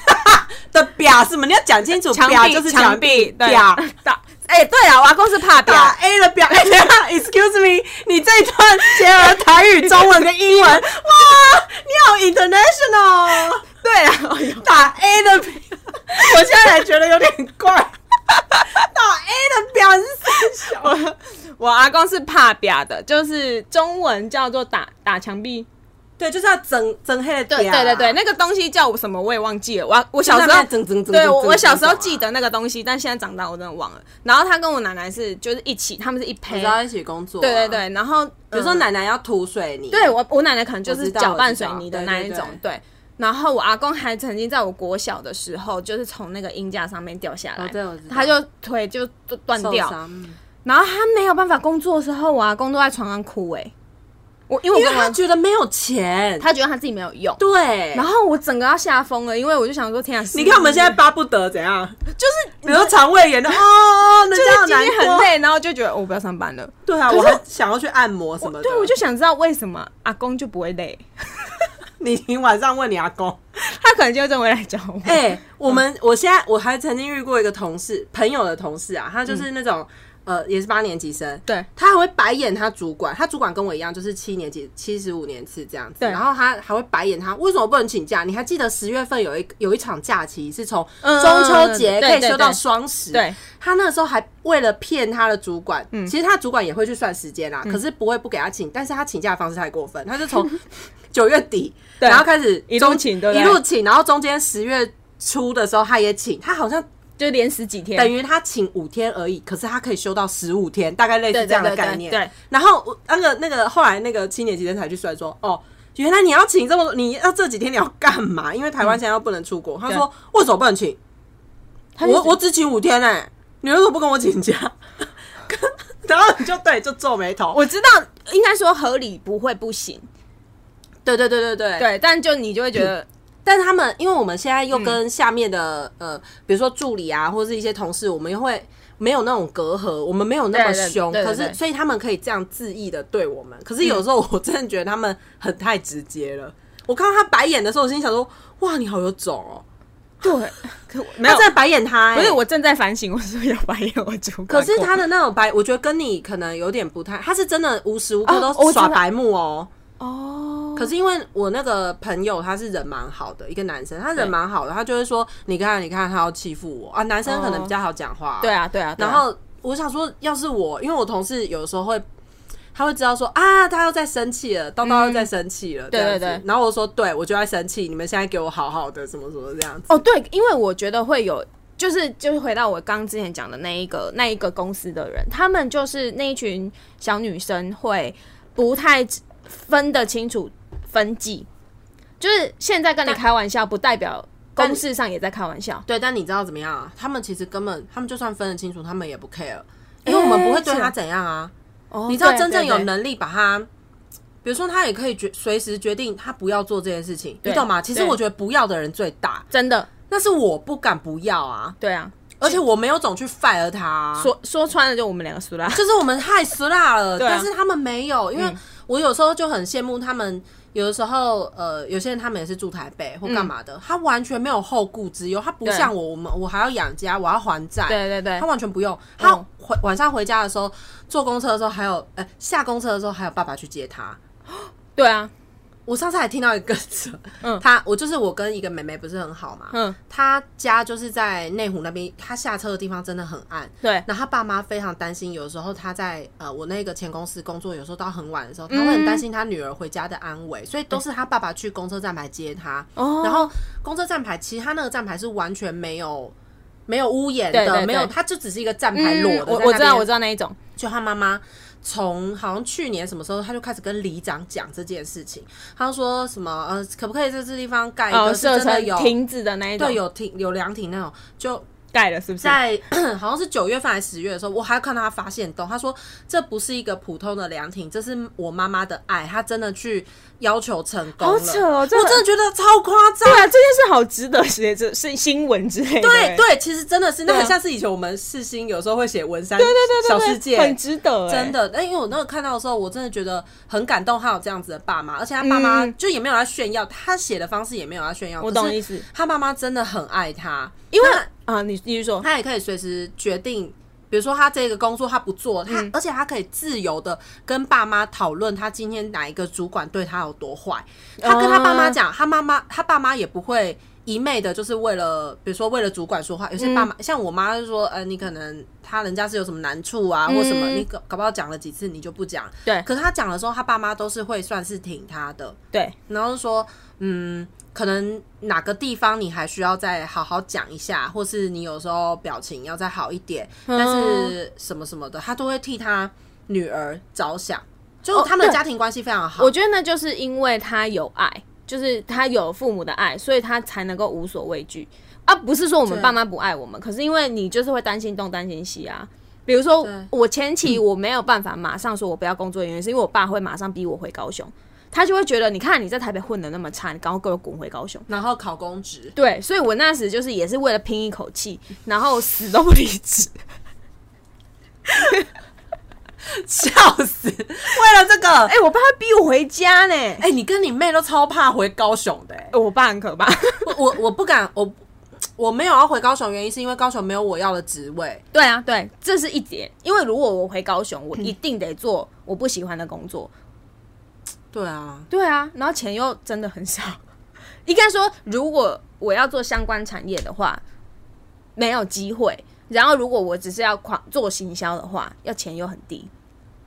S1: 的表是什么？你要讲清楚，
S2: 墙
S1: 哦表
S2: 壁
S1: 就是
S2: 墙
S1: 壁，
S2: 对
S1: 表
S2: 打哎、对啊，我阿公是怕表，
S1: 打 A 的表。 哎、等一下 excuse me，你这一段结合台语、中文跟 英文，哇，你好 international。
S2: 对啊，哎呦
S1: 打 A 的表，我现在还觉得有点怪。打 A 的表是三小。
S2: 我阿公是怕表的，就是中文叫做打打墙壁，
S1: 对，就是要整整黑的啊
S2: 对对对对，那个东西叫什么我也忘记了。我我小时
S1: 就在那
S2: 候
S1: 边整整整
S2: 对
S1: 整
S2: 我
S1: 整
S2: 我小时候
S1: 整啊
S2: 记得那个东西，但现在长大我真的忘了。然后他跟我奶奶是就是一起，他们是一
S1: 我
S2: 胚
S1: 知，道一起工作、啊
S2: 对对，对。然后
S1: 比如说
S2: 嗯
S1: 奶奶要涂水泥，
S2: 对我我奶奶可能就
S1: 我
S2: 是
S1: 知道
S2: 搅拌
S1: 我知
S2: 水
S1: 道
S2: 泥的
S1: 对
S2: 那
S1: 对
S2: 一种，
S1: 对
S2: 对。然后我阿公还曾经在我国小的时候，就是从那个鹰架上面掉下来，
S1: 哦对我知道
S2: 他就腿就就断
S1: 受
S2: 掉，
S1: 伤，
S2: 然后他没有办法工作的时候，我阿公都在床上哭、欸，我因为
S1: 因
S2: 我
S1: 为
S2: 跟我
S1: 他觉得没有钱，
S2: 他觉得他自己没有用，
S1: 对，
S2: 然后我整个要吓疯了，因为我就想说，天啊！
S1: 你看我们现在巴不得怎样，就是比如说肠胃炎的哦哦，人家
S2: 就是
S1: 好
S2: 今
S1: 难
S2: 天很
S1: 过，
S2: 累，然后就觉得、哦我不要上班了。
S1: 对啊，
S2: 可是
S1: 我还想要去按摩什么的，
S2: 对，我就想知道为什么阿公就不会累，
S1: 你你晚上问你阿公，
S2: 他可能就会认为来找我。
S1: 哎、我们我现在我还曾经遇过一个同事，朋友的同事啊，他
S2: 嗯
S1: 就是那种、呃，也是八年级生，
S2: 对，
S1: 他还会白眼他主管，他主管跟我一样，就是七年级七十五年次这样子，
S2: 对
S1: 然后他还会白眼他为什么不能请假？你还记得十月份有一有一场假期是从
S2: 嗯
S1: 中秋节
S2: 对
S1: 可以
S2: 对
S1: 休到
S2: 对
S1: 双十，
S2: 对
S1: 他那时候还为了骗他的主管，
S2: 嗯
S1: 其实他主管也会去算时间啊啦，可是不会不给他请，但是他请假的方式太过分，他是 从九月底，
S2: 对啊
S1: 然后开始
S2: 一路
S1: 中
S2: 请对不
S1: 一
S2: 对
S1: 路请，然后中间十月初的时候他也请，他好像
S2: 就连十几天，
S1: 等于他请五天而已，可是他可以休到十五天，大概类似
S2: 对
S1: 这样的
S2: 对对
S1: 概念。
S2: 对
S1: 然后我那个那个后来那个七年级生才去算说，哦，原来你要请这么多，你要这几天你要干嘛？因为台湾
S2: 嗯
S1: 现在又不能出国，他说为什么不能请？
S2: 他就
S1: 我我只请五天哎、你为什么不跟我请假？ 然后你就对就皱眉头，
S2: 我知道应该说合理不会不行，
S1: 对对对对对。嗯
S2: 对，嗯但就你就会觉得
S1: 但是他们因为我们现在又跟下面的、呃，比如说助理啊，或是一些同事，我们又会没有那种隔阂，我们没有那么
S2: 对对
S1: 凶，
S2: 对对
S1: 可
S2: 对
S1: 是所以他们可以这样恣意的对我们。可是有时候我真的觉得他们很太直接了。我看到他白眼的时候，我心想说：哇，你好有种哦！
S2: 对，可我没
S1: 他
S2: 有，
S1: 在白眼他、欸，
S2: 不是我正在反省，我是不是要白眼我主管过？
S1: 可是他的那种白，我觉得跟你可能有点不太，他是真的无时无刻
S2: 哦我
S1: 都
S2: 知道
S1: 耍白目哦。
S2: 哦，
S1: 可是因为我那个朋友他是人蛮好的一个男生，他人蛮好的，他就会说你看你看他要欺负我啊，男生可能比较好讲话、
S2: 对。啊对啊，对啊
S1: 然后我想说，要是我，因为我同事有时候会。他会知道说啊，他又在生气了，叨叨又在生气了，
S2: 对
S1: 这样子
S2: 对对
S1: 然后我说，嗯对我就在生气，你们现在给我好好的，什么什么这样子。
S2: 哦，对，因为我觉得会有，就是就是回到我刚之前讲的那一个那一个公司的人，他们就是那一群小女生会不太分得清楚分际，就是现在跟你开玩笑，不代表公事上也在开玩笑。
S1: 对，但你知道怎么样啊？他们其实根本，他们就算分得清楚，他们也不 care，因为我们不会对
S2: 是
S1: 他怎样啊。
S2: 哦
S1: 你知道
S2: 对
S1: 真正
S2: 对
S1: 有
S2: 对
S1: 能力把他，比如说他也可以决随时决定他不要做这件事情，你
S2: 对
S1: 懂吗？其实
S2: 对
S1: 我觉得不要的人最大，
S2: 真的
S1: 那是我不敢不要啊，
S2: 对啊，
S1: 而且我没有种去 fire 他啊、
S2: 说说穿了就我们两个 输啦。
S1: 就是我们太死辣了，
S2: 对啊嗯
S1: 但是他们没有，因为我有时候就很羡慕他们。有的时候，呃，有些人他们也是住台北或干嘛的，他完全没有后顾之忧，他不
S2: 嗯对
S1: 像我，我们我还要养家，我要还债，
S2: 对对对
S1: 他，完全不用。他
S2: 嗯
S1: 回晚上回家的时候，坐公车的时候还有，呃，下公车的时候还有爸爸去接他。
S2: 对啊，
S1: 我上次还听到一个更扯，
S2: 嗯
S1: 他我就是我跟一个妹妹不是很好嘛，
S2: 嗯，
S1: 她家就是在内湖那边，她下车的地方真的很暗，
S2: 对，
S1: 然后他爸妈非常担心，有时候他在呃我那个前公司工作，有时候到很晚的时候，他会很担心他女儿回家的安危，所以都是他爸爸去公车站牌接他。
S2: 哦
S1: 然后公车站牌其实他那个站牌是完全没有没有屋檐
S2: 对对
S1: 的，
S2: 对
S1: 没有，它就只是一个站牌
S2: 嗯
S1: 裸的在那
S2: 我
S1: 边。
S2: 我知道我知道那一种，
S1: 就他妈妈从好像去年什么时候，他就开始跟里长讲这件事情，他就说什么呃，可不可以在这地方盖一
S2: 哦，
S1: 个哎是
S2: 设
S1: 真的
S2: 成
S1: 有
S2: 亭子的那一种，
S1: 对有亭有凉亭那种，就
S2: 盖了是不是？
S1: 在 好像是九月份还是十月的时候，我还看到他发现洞，他说这不是一个普通的凉亭，这是我妈妈的爱，他真的去要求成功了。
S2: 好扯哦这
S1: 我真的觉得超夸张
S2: 对。啊，这件事好值得写，这是新闻之类的。欸
S1: 对对，其实真的是，那
S2: 对啊
S1: 很像是以前我们世新有时候会写文山对对小世界，
S2: 很值得、欸，
S1: 真。的，但因为我那个看到的时候，我真的觉得很感动，他有这样子的爸妈，而且他爸妈
S2: 嗯
S1: 就也没有要炫耀，他写的方式也没有要炫耀，
S2: 我
S1: 可
S2: 懂
S1: 是
S2: 意思
S1: 他妈妈真的很爱他，
S2: 因为
S1: 那
S2: 啊，你继续说，
S1: 他也可以随时决定，比如说他这个工作他不做，他、
S2: 嗯
S1: 而且他可以自由的跟爸妈讨论他今
S2: 哦
S1: 天哪一个主管对他有多坏，他跟他爸妈讲，他妈妈他爸妈也不会。一昧的就是为了，比如说为了主管说话，有些爸妈、
S2: 嗯
S1: 像我妈就说，呃，你可能他人家是有什么难处啊，或什么，
S2: 嗯
S1: 你搞搞不好讲了几次你就不讲。
S2: 对
S1: 可是他讲的时候，他爸妈都是会算是挺他的，
S2: 对，
S1: 然后说，嗯，可能哪个地方你还需要再好好讲一下，或是你有时候表情要再好一点，但是什么什么的，他都会替他女儿着想，就
S2: 哦
S1: 他们的
S2: 对
S1: 家庭关系非常好。
S2: 我觉得那就是因为他有爱，就是他有父母的爱，所以他才能够无所畏惧啊。不是说我们
S1: 对
S2: 爸妈不爱我们，可是因为你就是会担心东担心西啊。比如说
S1: 对嗯
S2: 我前期我没有办法马上说我不要工作，的原因是因为我爸会马上逼我回高雄，他就会觉得你看你在台北混的那么差，你赶快给我滚回高雄。
S1: 然后考公职，
S2: 对，所以我那时就是也是为了拼一口气，然后死都不离 职。
S1: 笑死！ 为了这个，哎、
S2: 哎、我爸会逼我回家呢。哎、
S1: 你跟你妹都超怕回高雄的、 哎
S2: 我爸很可怕。
S1: 我我我不敢，我我没有要回高雄，原因是因为高雄没有我要的职位。
S2: 对啊，对，这是一点。因为如果我回高雄，我一定得做我不喜欢的工作。
S1: 对啊，
S2: 对啊，然后钱又真的很少。 应该说，如果我要做相关产业的话，没有机会。然后，如果我只是要狂做行销的话，要钱又很低。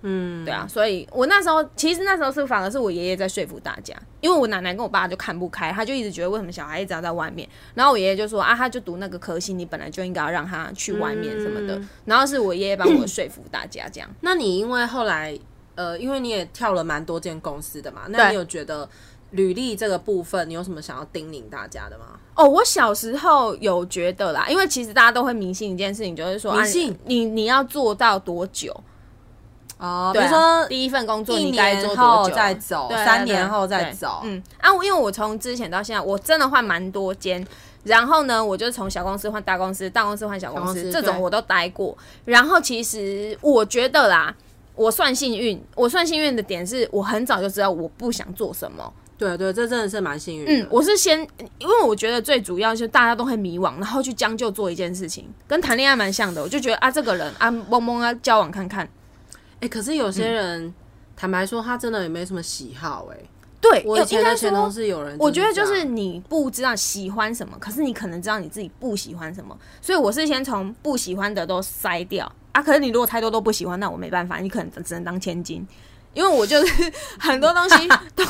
S1: 嗯，
S2: 对啊，所以我那时候其实那时候是反而是我爷爷在说服大家，因为我奶奶跟我爸就看不开，他就一直觉得为什么小孩一直要在外面，然后我爷爷就说啊，他就读那个科系，你本来就应该要让他去外面什么的，然后是我爷爷帮我说服大家这样。
S1: 那你因为后来，呃，因为你也跳了蛮多间公司的嘛，那你
S2: 对
S1: 有觉得履历这个部分，你有什么想要叮咛大家的吗？
S2: 哦，我小时候有觉得啦，因为其实大家都会迷信一件事情，就是说
S1: 迷信
S2: 啊、你你要做到多久？
S1: 哦，比
S2: 对
S1: 如
S2: 啊
S1: 说
S2: 第一份工作
S1: 一
S2: 你该
S1: 年
S2: 做多
S1: 后
S2: 久？啊
S1: 再走，
S2: 对
S1: 三
S2: 对
S1: 年
S2: 对
S1: 后再
S2: 对
S1: 走，
S2: 嗯啊，我因为我从之前到现在，我真的换蛮多间。然后呢，我就从小公司换大公司，大公司换小公
S1: 小公
S2: 司，
S1: 司
S2: 这种
S1: 对
S2: 我都待过。然后其实我觉得啦，我算幸运，我算幸运的点是我很早就知道我不想做什么。
S1: 对对，这真的是蛮幸运的。
S2: 嗯，我是先，因为我觉得最主要就是大家都会迷惘，然后去将就做一件事情，跟谈恋爱蛮像的。我就觉得啊，这个人啊，懵懵啊，交往看看。
S1: 哎、可是有些
S2: 嗯
S1: 人、坦白说，他真的也没什么喜好、哎，
S2: 对，
S1: 我
S2: 有
S1: 以前
S2: 应该
S1: 的前
S2: 说
S1: 同事有人，
S2: 我觉得就是。你不知道喜欢什么，可是你可能知道你自己不喜欢什么，所以我是先从不喜欢的都筛掉啊。可是你如果太多都不喜欢，那我没办法，你可能只能当千金，因为我就是 很多东 西都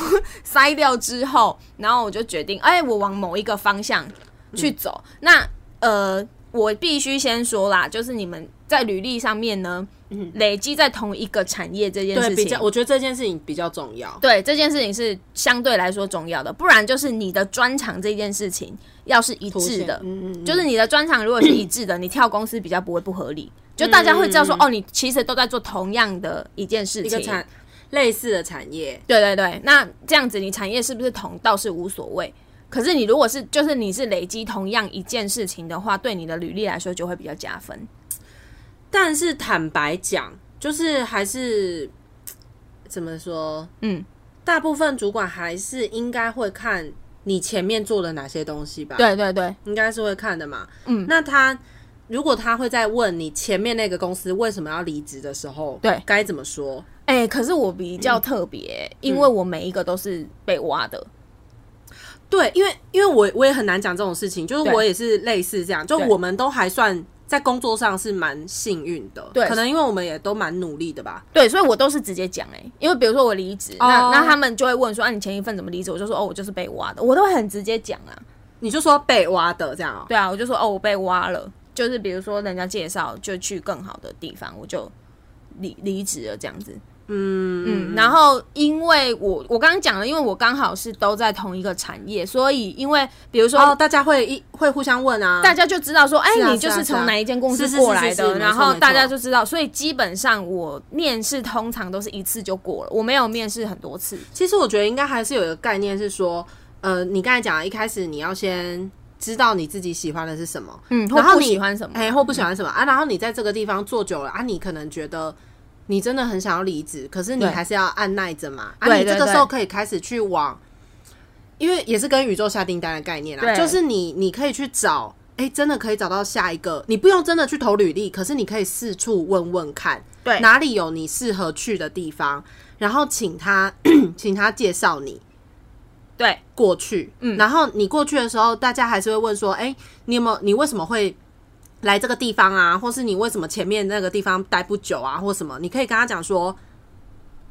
S2: 筛掉之后，然后我就决定，哎、我往某一个方向
S1: 嗯
S2: 去走。那呃，我必须先说啦，就是你们在履历上面呢，累积在同一个产业这件事
S1: 嗯对，
S2: 情，
S1: 比较，我觉得这件事情比较重要。
S2: 对这件事情是相对来说重要的，不然就是你的专长这件事情要是一致的，
S1: 嗯嗯，
S2: 就是你的专长如果是一致的，你跳公司比较不会不合理，就大家会知道说、哦，你其实都在做同样的一件事
S1: 一个
S2: 情。
S1: 产类似的产业，
S2: 对对对，那这样子你产业是不是同倒是无所谓，可是你如果是就是你是累积同样一件事情的话，对你的履历来说就会比较加分。
S1: 但是坦白讲，就是还是怎么说，
S2: 嗯，
S1: 大部分主管还是应该会看你前面做了哪些东西吧？，
S2: 对对对，
S1: 应该是会看的嘛。
S2: 嗯，
S1: 那他如果他会在问你前面那个公司为什么要离职的时候，
S2: 对
S1: 该怎么说？
S2: 哎、可是我比较特别、因为我每一个都是被挖的。
S1: 对，因为因为我我也很难讲这种事情，就是
S2: 对
S1: 我也是类似这样，就
S2: 对
S1: 我们都还算在工作上是蛮幸运的，
S2: 对
S1: 可能因为我们也都蛮努力的吧。
S2: 对，所以我都是直接讲哎、因为比如说我离职，
S1: 哦
S2: 那那他们就会问说，啊，你前一份怎么离职？我就说，哦，我就是被挖的，我都会很直接讲啊。
S1: 你就说被挖的这样哦、
S2: 对啊，我就说，哦，我被挖了，就是比如说人家介绍就去更好的地方，我就离离职了这样子。嗯嗯，然后因为我我刚刚讲了，因为我刚好是都在同一个产业，所以因为比如说
S1: 哦，大家会一会互相问啊，
S2: 大家就知道说，哎、
S1: 是啊
S2: 你就是
S1: 啊
S2: 是
S1: 是啊
S2: 从哪一间公司
S1: 是是
S2: 过
S1: 是
S2: 来
S1: 是是
S2: 的，
S1: 没错
S2: 然后
S1: 没错
S2: 大家就知道，所以基本上我面试通常都是一次就过了，我没有面试很多次。
S1: 其实我觉得应该还是有一个概念是说，呃，你刚才讲的一开始你要先知道你自己喜欢的是什么，
S2: 嗯，
S1: 然后
S2: 或不
S1: 你
S2: 喜欢什么？
S1: 哎、或不喜欢什么、啊，然后你在这个地方做久了啊，你可能觉得。你真的很想要离职，可是你
S2: 对
S1: 还是要按耐着嘛。啊，
S2: 对
S1: 你
S2: 对
S1: 这个
S2: 对
S1: 时候可以开始去往，因为也是跟宇宙下订单的概念啦，
S2: 对
S1: 就是你你可以去找，哎、真的可以找到下一个，你不用真的去投履历，可是你可以四处问问看，
S2: 对
S1: 哪里有 你适合去的地方，然后请他请他介绍你。
S2: 对，
S1: 过去，
S2: 嗯
S1: 然后你过去的时候，大家还是会问说，哎、你有没有，你为什么会来这个地方啊？或是你为什么前面那个地方待不久啊，或什么？你可以跟他讲说，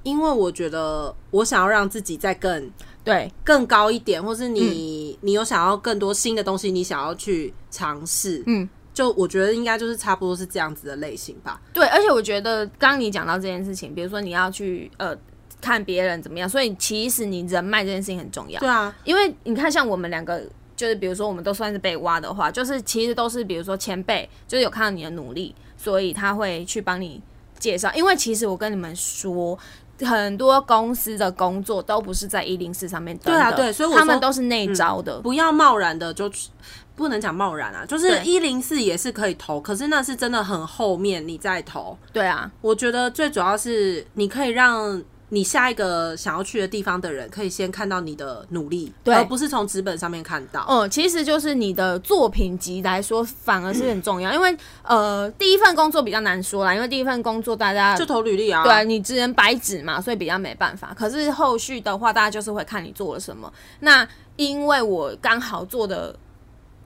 S1: 因为我觉得我想要让自己再更
S2: 对，
S1: 更高一点，或是
S2: 嗯
S1: 你、你有想要更多新的东西，你想要去尝试，
S2: 嗯，
S1: 就我觉得应该就是差不多是这样子的类型吧。
S2: 对，而且我觉得刚刚你讲到这件事情，比如说你要去呃看别人怎么样，所以其实你人脉这件事情很重要
S1: 对。啊，
S2: 因为你看，像我们两个，就是比如说我们都算是被挖的话，就是其实都是比如说前辈，就是有看到你的努力，所以他会去帮你介绍。因为其实我跟你们说。很多公司的工作都不是在一零四上面登
S1: 对
S2: 的，
S1: 啊对所以我
S2: 他们
S1: 说嗯
S2: 都是内招的，
S1: 不要贸然的就去，不能讲贸然啊，就是
S2: 对
S1: 一零四也是可以投，可是那是真的很后面你再投。
S2: 对啊，
S1: 我觉得最主要是你可以让你下一个想要去的地方的人可以先看到你的努力，
S2: 对
S1: 而不是从纸本上面看到。
S2: 嗯，其实就是你的作品集来说，反而是很重要，因为呃，第一份工作比较难说啦，因为第一份工作大家
S1: 就投履历啊，
S2: 对，你只能白纸嘛，所以比较没办法。可是后续的话，大家就是会看你做了什么。那因为我刚好做的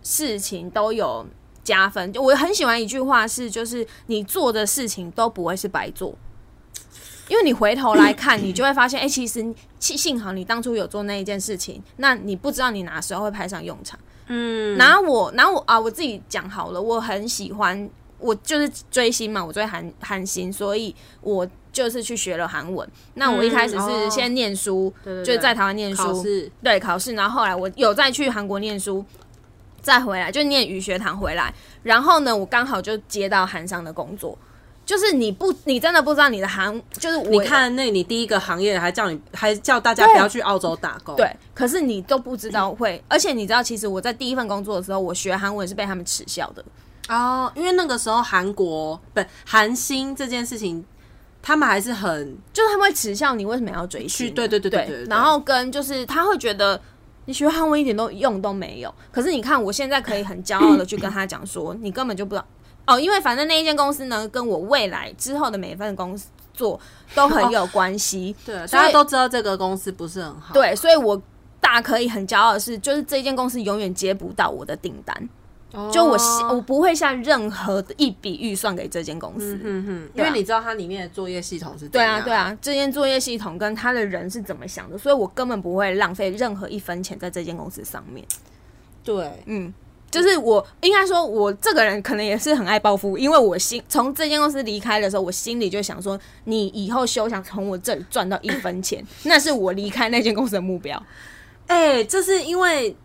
S2: 事情都有加分，就我很喜欢一句话是，就是你做的事情都不会是白做。因为你回头来看，你就会发现，哎、其实幸幸好你当初有做那一件事情，那你不知道你哪时候会派上用场。
S1: 嗯，
S2: 拿我拿我啊，我自己讲好了，我很喜欢，我就是追星嘛，我追韩韩星，所以我就是去学了韩文。那我一开始
S1: 嗯哦
S2: 是先念书，
S1: 对对对
S2: 就是在台湾念
S1: 考
S2: 书，
S1: 试，
S2: 对考试，然后后来我有再去韩国念书，再回来就念语学堂回来，然后呢，我刚好就接到韩商的工作。就是你不，你真的不知道你的韩，就是我
S1: 你看那你第一个行业还叫你还叫大家不要去澳洲打工，
S2: 对，可是你都不知道会，而且你知道，其实我在第一份工作的时候，我学韩文是被他们耻笑的。
S1: 哦，因为那个时候韩国不韩星这件事情，他们还是很
S2: 就是他们会耻笑你为什么要追星啊、
S1: 去对对对对
S2: 对
S1: 对对
S2: 然后跟就是他会觉得你学韩文一点都用都没有。可是你看，我现在可以很骄傲的去跟他讲说，你根本就不知道哦， 因为反正那一间公司呢，跟我未来之后的每一份工作都很有关系。
S1: 对，大
S2: 所以
S1: 家都知道这个公司不是很好，
S2: 对，所以我大可以很骄傲的是，就是这间公司永远接不到我的订单，
S1: 哦，
S2: 就我下我不会下任何的一笔预算给这间公司。
S1: 嗯哼，因
S2: 对啊
S1: 为你知道它里面的作业系统是怎
S2: 对
S1: 样
S2: 啊，对，啊，这间作业系统跟他的人是怎么想的，所以我根本不会浪费任何一分钱在这间公司上面。
S1: 对，
S2: 嗯，就是我应该说，我这个人可能也是很爱报复，因为我心从这间公司离开的时候，我心里就想说，你以后休想从我这里赚到一分 钱，那是我离开那间公司的目标。
S1: 哎、这是因为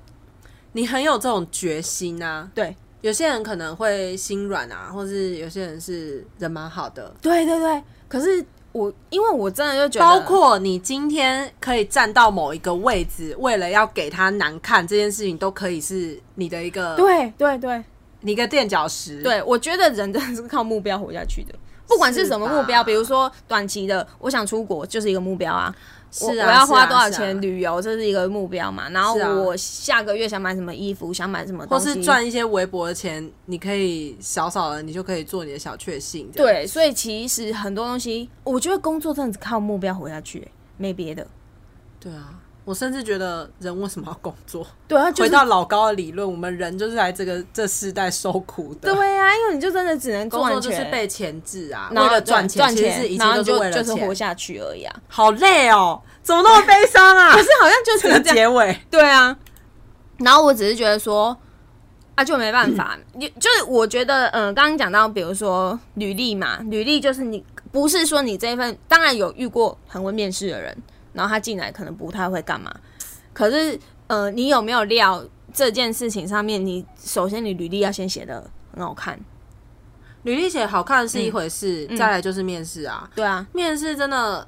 S1: 你很有这种决心啊。
S2: 对，
S1: 有些人可能会心软啊，或是有些人是人蛮好的。
S2: 对对对，可是我因为我真的就觉得，
S1: 包括你今天可以站到某一个位置，为了要给他难看这件事情，都可以是你的一个
S2: 对对对
S1: 你一个垫脚石。，
S2: 对，我觉得人真的是靠目标活下去的。不管是什么目
S1: 是吧
S2: 标，比如说短期的，我想出国就是一个目标啊。我
S1: 是啊，
S2: 我要花
S1: 是啊
S2: 多少
S1: 是
S2: 钱
S1: 啊
S2: 旅游，这是一个目标嘛。然后
S1: 是啊
S2: 我下个月想买什么衣服，想买什么东
S1: 或
S2: 西，
S1: 是赚一些微薄的钱，你可以少少的，你就可以做你的小确幸。这样，
S2: 对，所以其实很多东西，我觉得工作真的只靠目标活下去、欸没别的。
S1: 对啊，我甚至觉得人为什么要工 作？
S2: 对啊，就
S1: 回
S2: 是
S1: 到老高的理论，我们人就是来这个这世代受苦的。
S2: 对啊，因为你就真的只能
S1: 工
S2: 赚
S1: 作
S2: 钱，
S1: 就是被钳制啊，为
S2: 然后
S1: 了赚
S2: 钱，赚
S1: 其实是一
S2: 然
S1: 切
S2: 后
S1: 都是为
S2: 就
S1: 了
S2: 就是活
S1: 钱，
S2: 下去而已啊。
S1: 好累哦，怎么那么悲伤 啊？
S2: 可是好像就只
S1: 这个
S2: 能这样，
S1: 结尾，
S2: 对啊。然后我只是觉得说，啊，就没办法，
S1: 嗯
S2: 你就是我觉得，嗯、刚刚讲到，比如说履历嘛，履历就是你不是说你这一份，当然有遇过很会面试的人，然后他进来可能不太会干嘛，可是，呃，你有没有料这件事情上面，你首先你履历要先写的很好看，
S1: 履历写好看是一回事，
S2: 嗯
S1: 再来就是面试啊。
S2: 对啊，
S1: 面试真的，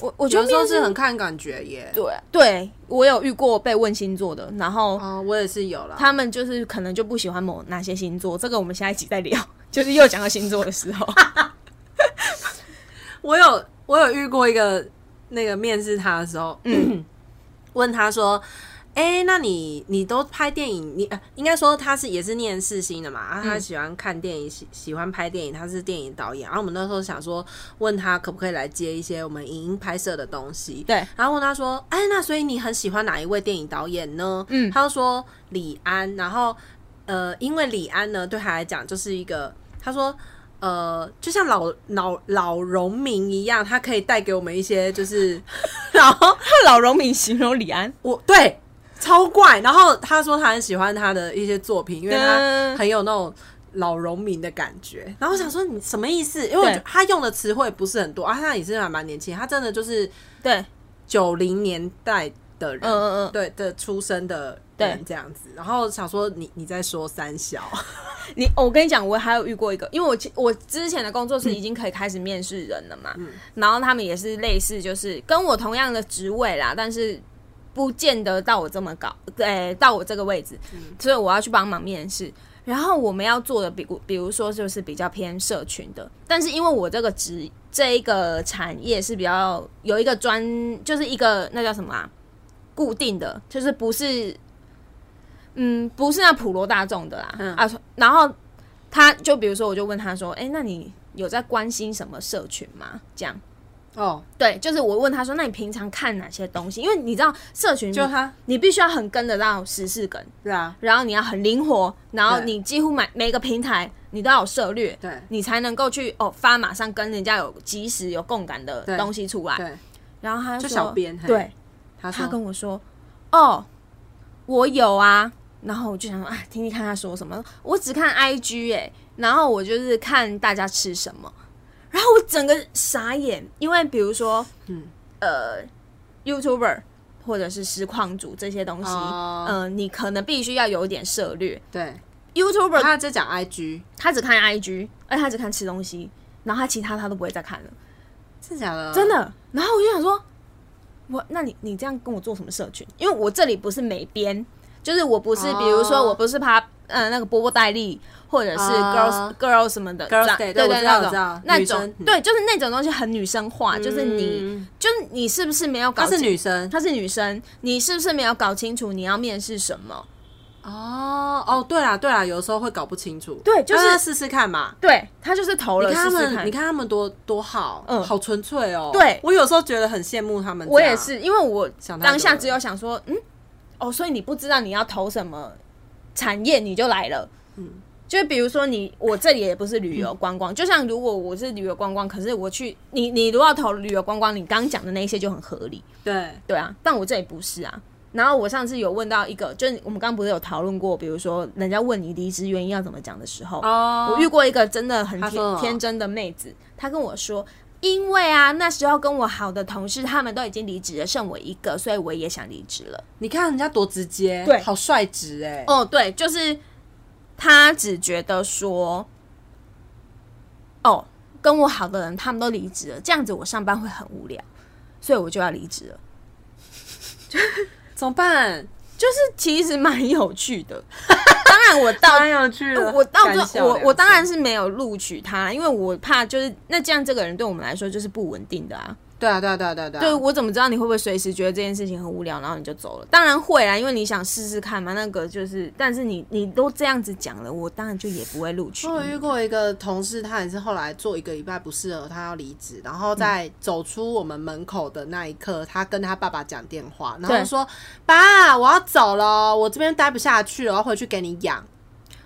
S2: 我我
S1: 我
S2: 觉得
S1: 有时候
S2: 面试
S1: 是很看感觉耶。
S2: 对啊，对我有遇过被问星座的，然后
S1: 哦，我也是有啦。
S2: 他们就是可能就不喜欢某哪些星座，这个我们下一集再聊， 就是又讲到星座的时 候，
S1: 我有 我有遇过一个那个面试他的时候，问他说：“哎、那你你都拍电影，你、呃、应该说他是也是念世新的嘛，啊，他
S2: 嗯
S1: 喜欢看电影，喜喜欢拍电影，他是电影导演。然后我们那时候想说，问他可不可以来接一些我们影音拍摄的东西，
S2: 对，
S1: 然后问他说：“哎，那所以你很喜欢哪一位电影导演呢？”
S2: 嗯
S1: 他就说李安。然后呃，因为李安呢，对他来讲就是一个，他说呃，就像老老老农民一样，他可以带给我们一些就是，然后
S2: 老荣民形容李安，
S1: 我对超怪。然后他说他很喜欢他的一些作品，因为他
S2: 嗯
S1: 很有那种。老农民的感觉，然后我想说你什么意思？因为我
S2: 对
S1: 觉得他用的词汇不是很多啊，他也是还蛮年轻，他真的就是
S2: 对，
S1: 九零年代的人，
S2: 嗯嗯
S1: 对的出生的人
S2: 对
S1: 这样子。然后想说你你在说三小，
S2: 嗯，你我跟你讲，我还有遇过一个，因为我其我之前的工作是已经可以开始面试人了嘛，然后他们也是类似，就是跟我同样的职位啦，但是不见得到我这么高，对，到我这个位置，所以我要去帮忙面试。然后我们要做的，比如比如说就是比较偏社群的，但是因为我这个职这一个产业是比较有一个专，就是一个那叫什么啊，固定的，就是不是，嗯，不是那普罗大众的啦、
S1: 嗯
S2: 啊。然后他就比如说，我就问他说，哎，那你有在关心什么社群吗？这样。
S1: 哦，
S2: 对，就是我问他说，那你平常看哪些东西？因为你知道社 群，
S1: 就他，
S2: 你必须要很跟得到时事梗，
S1: 对啊，
S2: 然后你要很灵活，然后
S1: 对
S2: 你几乎每每个平台你都要有涉略，
S1: 对
S2: 你才能够去哦发马上跟人家有及时有共感的
S1: 对
S2: 东西出来。
S1: 对，
S2: 然后他
S1: 就
S2: 说
S1: 小编嘿
S2: 对，
S1: 他
S2: 他
S1: 说
S2: 跟我说，哦，我有啊。然后我就想说，哎，听听看他说什么。我只看 IG 哎、然后我就是看大家吃什么，然后我整个傻眼，因为比如说，
S1: 嗯
S2: 嗯，呃，YouTuber 或者是实况主这些东西，
S1: 哦
S2: 嗯、你可能必须要有一点涉略。
S1: 对，
S2: YouTuber
S1: 他在讲 IG，
S2: 他只看 IG，而且他只看吃东西，然后他其他他都不会再看了。
S1: 真假的？
S2: 真的。然后我就想说，我那你你这样跟我做什么社群？因为我这里不是美编，就是我不是，
S1: 哦
S2: 比如说我不是怕呃那个波波戴利或者是 girls、
S1: 哦
S2: girls 什么的
S1: Girls
S2: 这样
S1: Day，对
S2: 对
S1: 我
S2: 对
S1: 知道
S2: 那
S1: 我知道
S2: 种那
S1: 女
S2: 种
S1: 生嗯
S2: 对，就是那种东西很女生化，就是你
S1: 嗯
S2: 就是你是不是没有搞
S1: 她是
S2: 清
S1: 女生
S2: 她是女生，你是不是没有搞清楚你要面试什么？
S1: 哦哦，对啦对啦，有时候会搞不清楚，
S2: 对就是
S1: 但试试看嘛。
S2: 啊对他就是投了
S1: 你
S2: 试
S1: 看他
S2: 试
S1: 们，你看他们多多好，
S2: 嗯
S1: 好纯粹哦。
S2: 对
S1: 我有时候觉得很羡慕他们。
S2: 我也，是，因为我
S1: 想太多
S2: 当下只有想说，嗯，哦，所以你不知道你要投什么产业，你就来了。嗯，就比如说你，我这里也不是旅游观光，就像如果我是旅游观光，可是我去你你如果要投旅游观光，你刚讲的那些就很合理，
S1: 对，
S2: 对啊，但我这里不是啊。然后我上次有问到一个，就是我们刚刚不是有讨论过，比如说人家问你离职原因要怎么讲的时候，
S1: 哦，
S2: 我遇过一个真的很
S1: 她说什
S2: 天
S1: 么
S2: 天真的妹子，她跟我说，因为啊那时候跟我好的同事他们都已经离职了，剩我一个，所以我也想离职了。
S1: 你看人家多直接，
S2: 对
S1: 好率直哎。
S2: 哦，对，就是她只觉得说，哦，跟我好的人他们都离职了，这样子我上班会很无聊，所以我就要离职了。
S1: 怎么办？啊
S2: 就是其实蛮有趣的，当然我到
S1: 蛮有趣的。
S2: 我当
S1: 干
S2: 然
S1: 笑
S2: 我
S1: 两
S2: 我
S1: 次
S2: 当然是没有录取他，因为我怕就是那这样这个人对我们来说就是不稳定的啊。
S1: 对啊，对啊，对啊，对啊，对
S2: 对
S1: 啊。
S2: 我怎么知道你会不会随时觉得这件事情很无聊，然后你就走了？当然会啊啦，因为你想试试看嘛。那个就是，但是你你都这样子讲了，我当然就也不会录取
S1: 我有
S2: 你。
S1: 遇过一个同事，他也是后来做一个礼拜不适合，他要离职，然后在走出我们门口的那一刻，他跟他爸爸讲电话，然后
S2: 对
S1: 就说：“爸，我要走了，我这边待不下去了，我要回去给你养。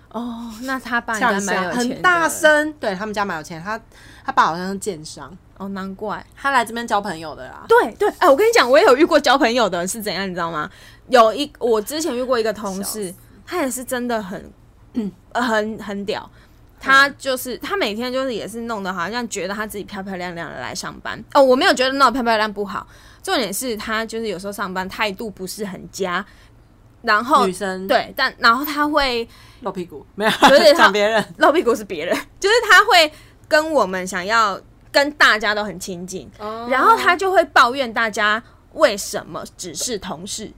S2: 哦，那他爸”应
S1: 呛
S2: 该
S1: 一下
S2: 蛮有钱的，
S1: 很大声，对他们家蛮有钱，他他爸好像是建商，
S2: 哦，难怪。
S1: 他来这边交朋友的啦。
S2: 对对，哎、我跟你讲，我也有遇过交朋友的是怎样，你知道吗？有一我之前遇过一个同事，他也是真的很，
S1: 嗯
S2: 呃很很屌。他就是他每天就是也是弄得好像觉得他自己漂漂亮亮的来上班哦，我没有觉得那种漂漂亮不好，重点是他就是有时候上班态度不是很佳，然后
S1: 女生
S2: 对，但然后他会
S1: 露屁股没有
S2: 是他
S1: 讲别人，
S2: 露屁股是别人，就是他会跟我们想要跟大家都很亲近，
S1: 哦
S2: 然后他就会抱怨大家为什么只是同事，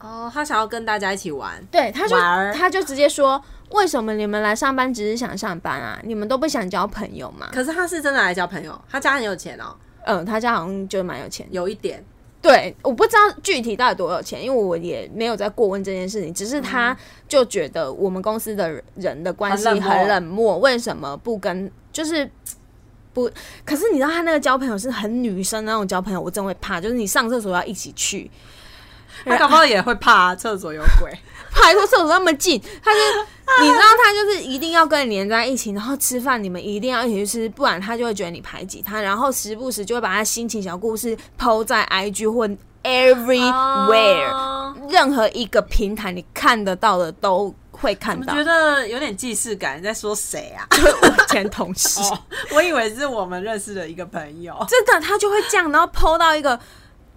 S1: 哦，他想要跟大家一起玩，
S2: 对，他就
S1: 玩儿
S2: 他就直接说，为什么你们来上班只是想上班啊？你们都不想交朋友吗？
S1: 可是他是真的来交朋友，他家很有钱哦，
S2: 嗯，他家好像就蛮有钱的，
S1: 有一点，
S2: 对，我不知道具体到底多少钱，因为我也没有在过问这件事情，只是他就觉得我们公司的人人的关系
S1: 很冷漠
S2: 很冷漠，为什么不跟就是。不，可是你知道他那个交朋友是很女生那种交朋友，我真会怕。就是你上厕所要一起去，
S1: 他搞不好也会怕厕所有 鬼，
S2: 派出厕所那么近， 他就你知道他就是一定要跟你连在一起，然后吃饭你们一定要一起去吃，不然他就会觉得你排挤他，然后时不时就会把他心情小故事抛在 IG 或 everywhere，、任
S1: 哦
S2: 何一个平台你看得到的都会看
S1: 我
S2: 到，
S1: 觉得有点既视感，你在说谁啊？
S2: 就是我前同事，
S1: 哦， 我以为是我们认识的一个朋友。
S2: 真的他就会这样，然后剖到一个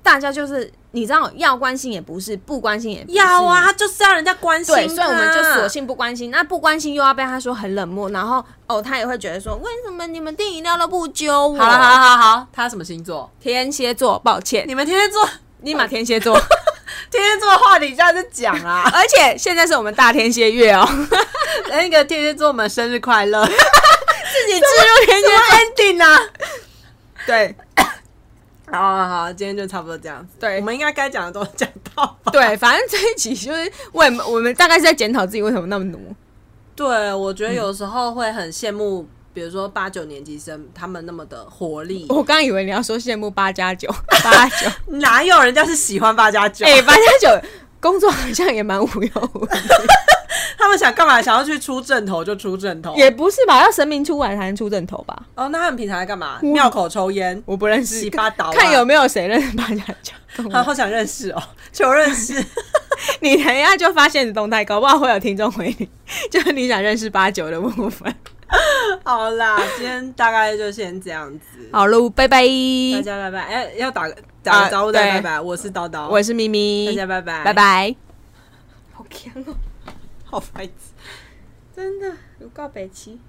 S2: 大家就是你知道要关心也不是，不关心也不是
S1: 要啊，。他就是要人家关心他。啊
S2: 对，所以我们就索性不关心。那不关心又要被他说很冷漠，然后哦，他也会觉得说，为什么你们订饮料都不揪我？
S1: 好了，好了，好了好了，他什么星座？
S2: 天蝎座，抱 歉，
S1: 你们天蝎座，
S2: 立马天蝎 座，
S1: 天蝎座的话题下次讲啊。
S2: 而且现在是我们大天蝎月哦，自
S1: 那个天蝎座们生日快乐
S2: 己置入天蝎座，
S1: ，ending 啊！
S2: 对
S1: 好好好，今天就差不多这样子。
S2: 对
S1: 我们应该该讲的都讲到吧？
S2: 对，反正这一集就是为我们大概是在检讨自己为什么那么奴。
S1: 对，我
S2: 嗯
S1: 觉得有时候会很羡慕，比如说八九年级生他们那么的活力，
S2: 我刚以为你要说羡慕八加九，八九，
S1: 哪有人家是喜欢八加九？
S2: 哎，八加九工作好像也蛮无忧无虑，
S1: 他们想干嘛？想要去出正头就出正头。
S2: 也不是吧？要神明出来才能出正头吧？
S1: 哦，那他们平常在干嘛？
S2: 我
S1: 庙口抽烟，
S2: 我不认
S1: 洗
S2: 识，
S1: 八倒、啊，
S2: 看有没有谁认识八加九。
S1: 好好想认识哦， 求认识。
S2: 你等一下就发现你动态，搞不好会有听众回你， 就是你想认识八九的部 分。
S1: 好啦，今天大概就先这样子，
S2: 好喽，拜拜，
S1: 大家拜拜。哎、要打个打个
S2: 啊
S1: 招呼再
S2: 对
S1: 拜拜，我是叨叨，
S2: 我是咪咪，
S1: 大家拜拜，
S2: 拜，拜。好强哦，
S1: 好白痴。
S2: 真的有告北齐。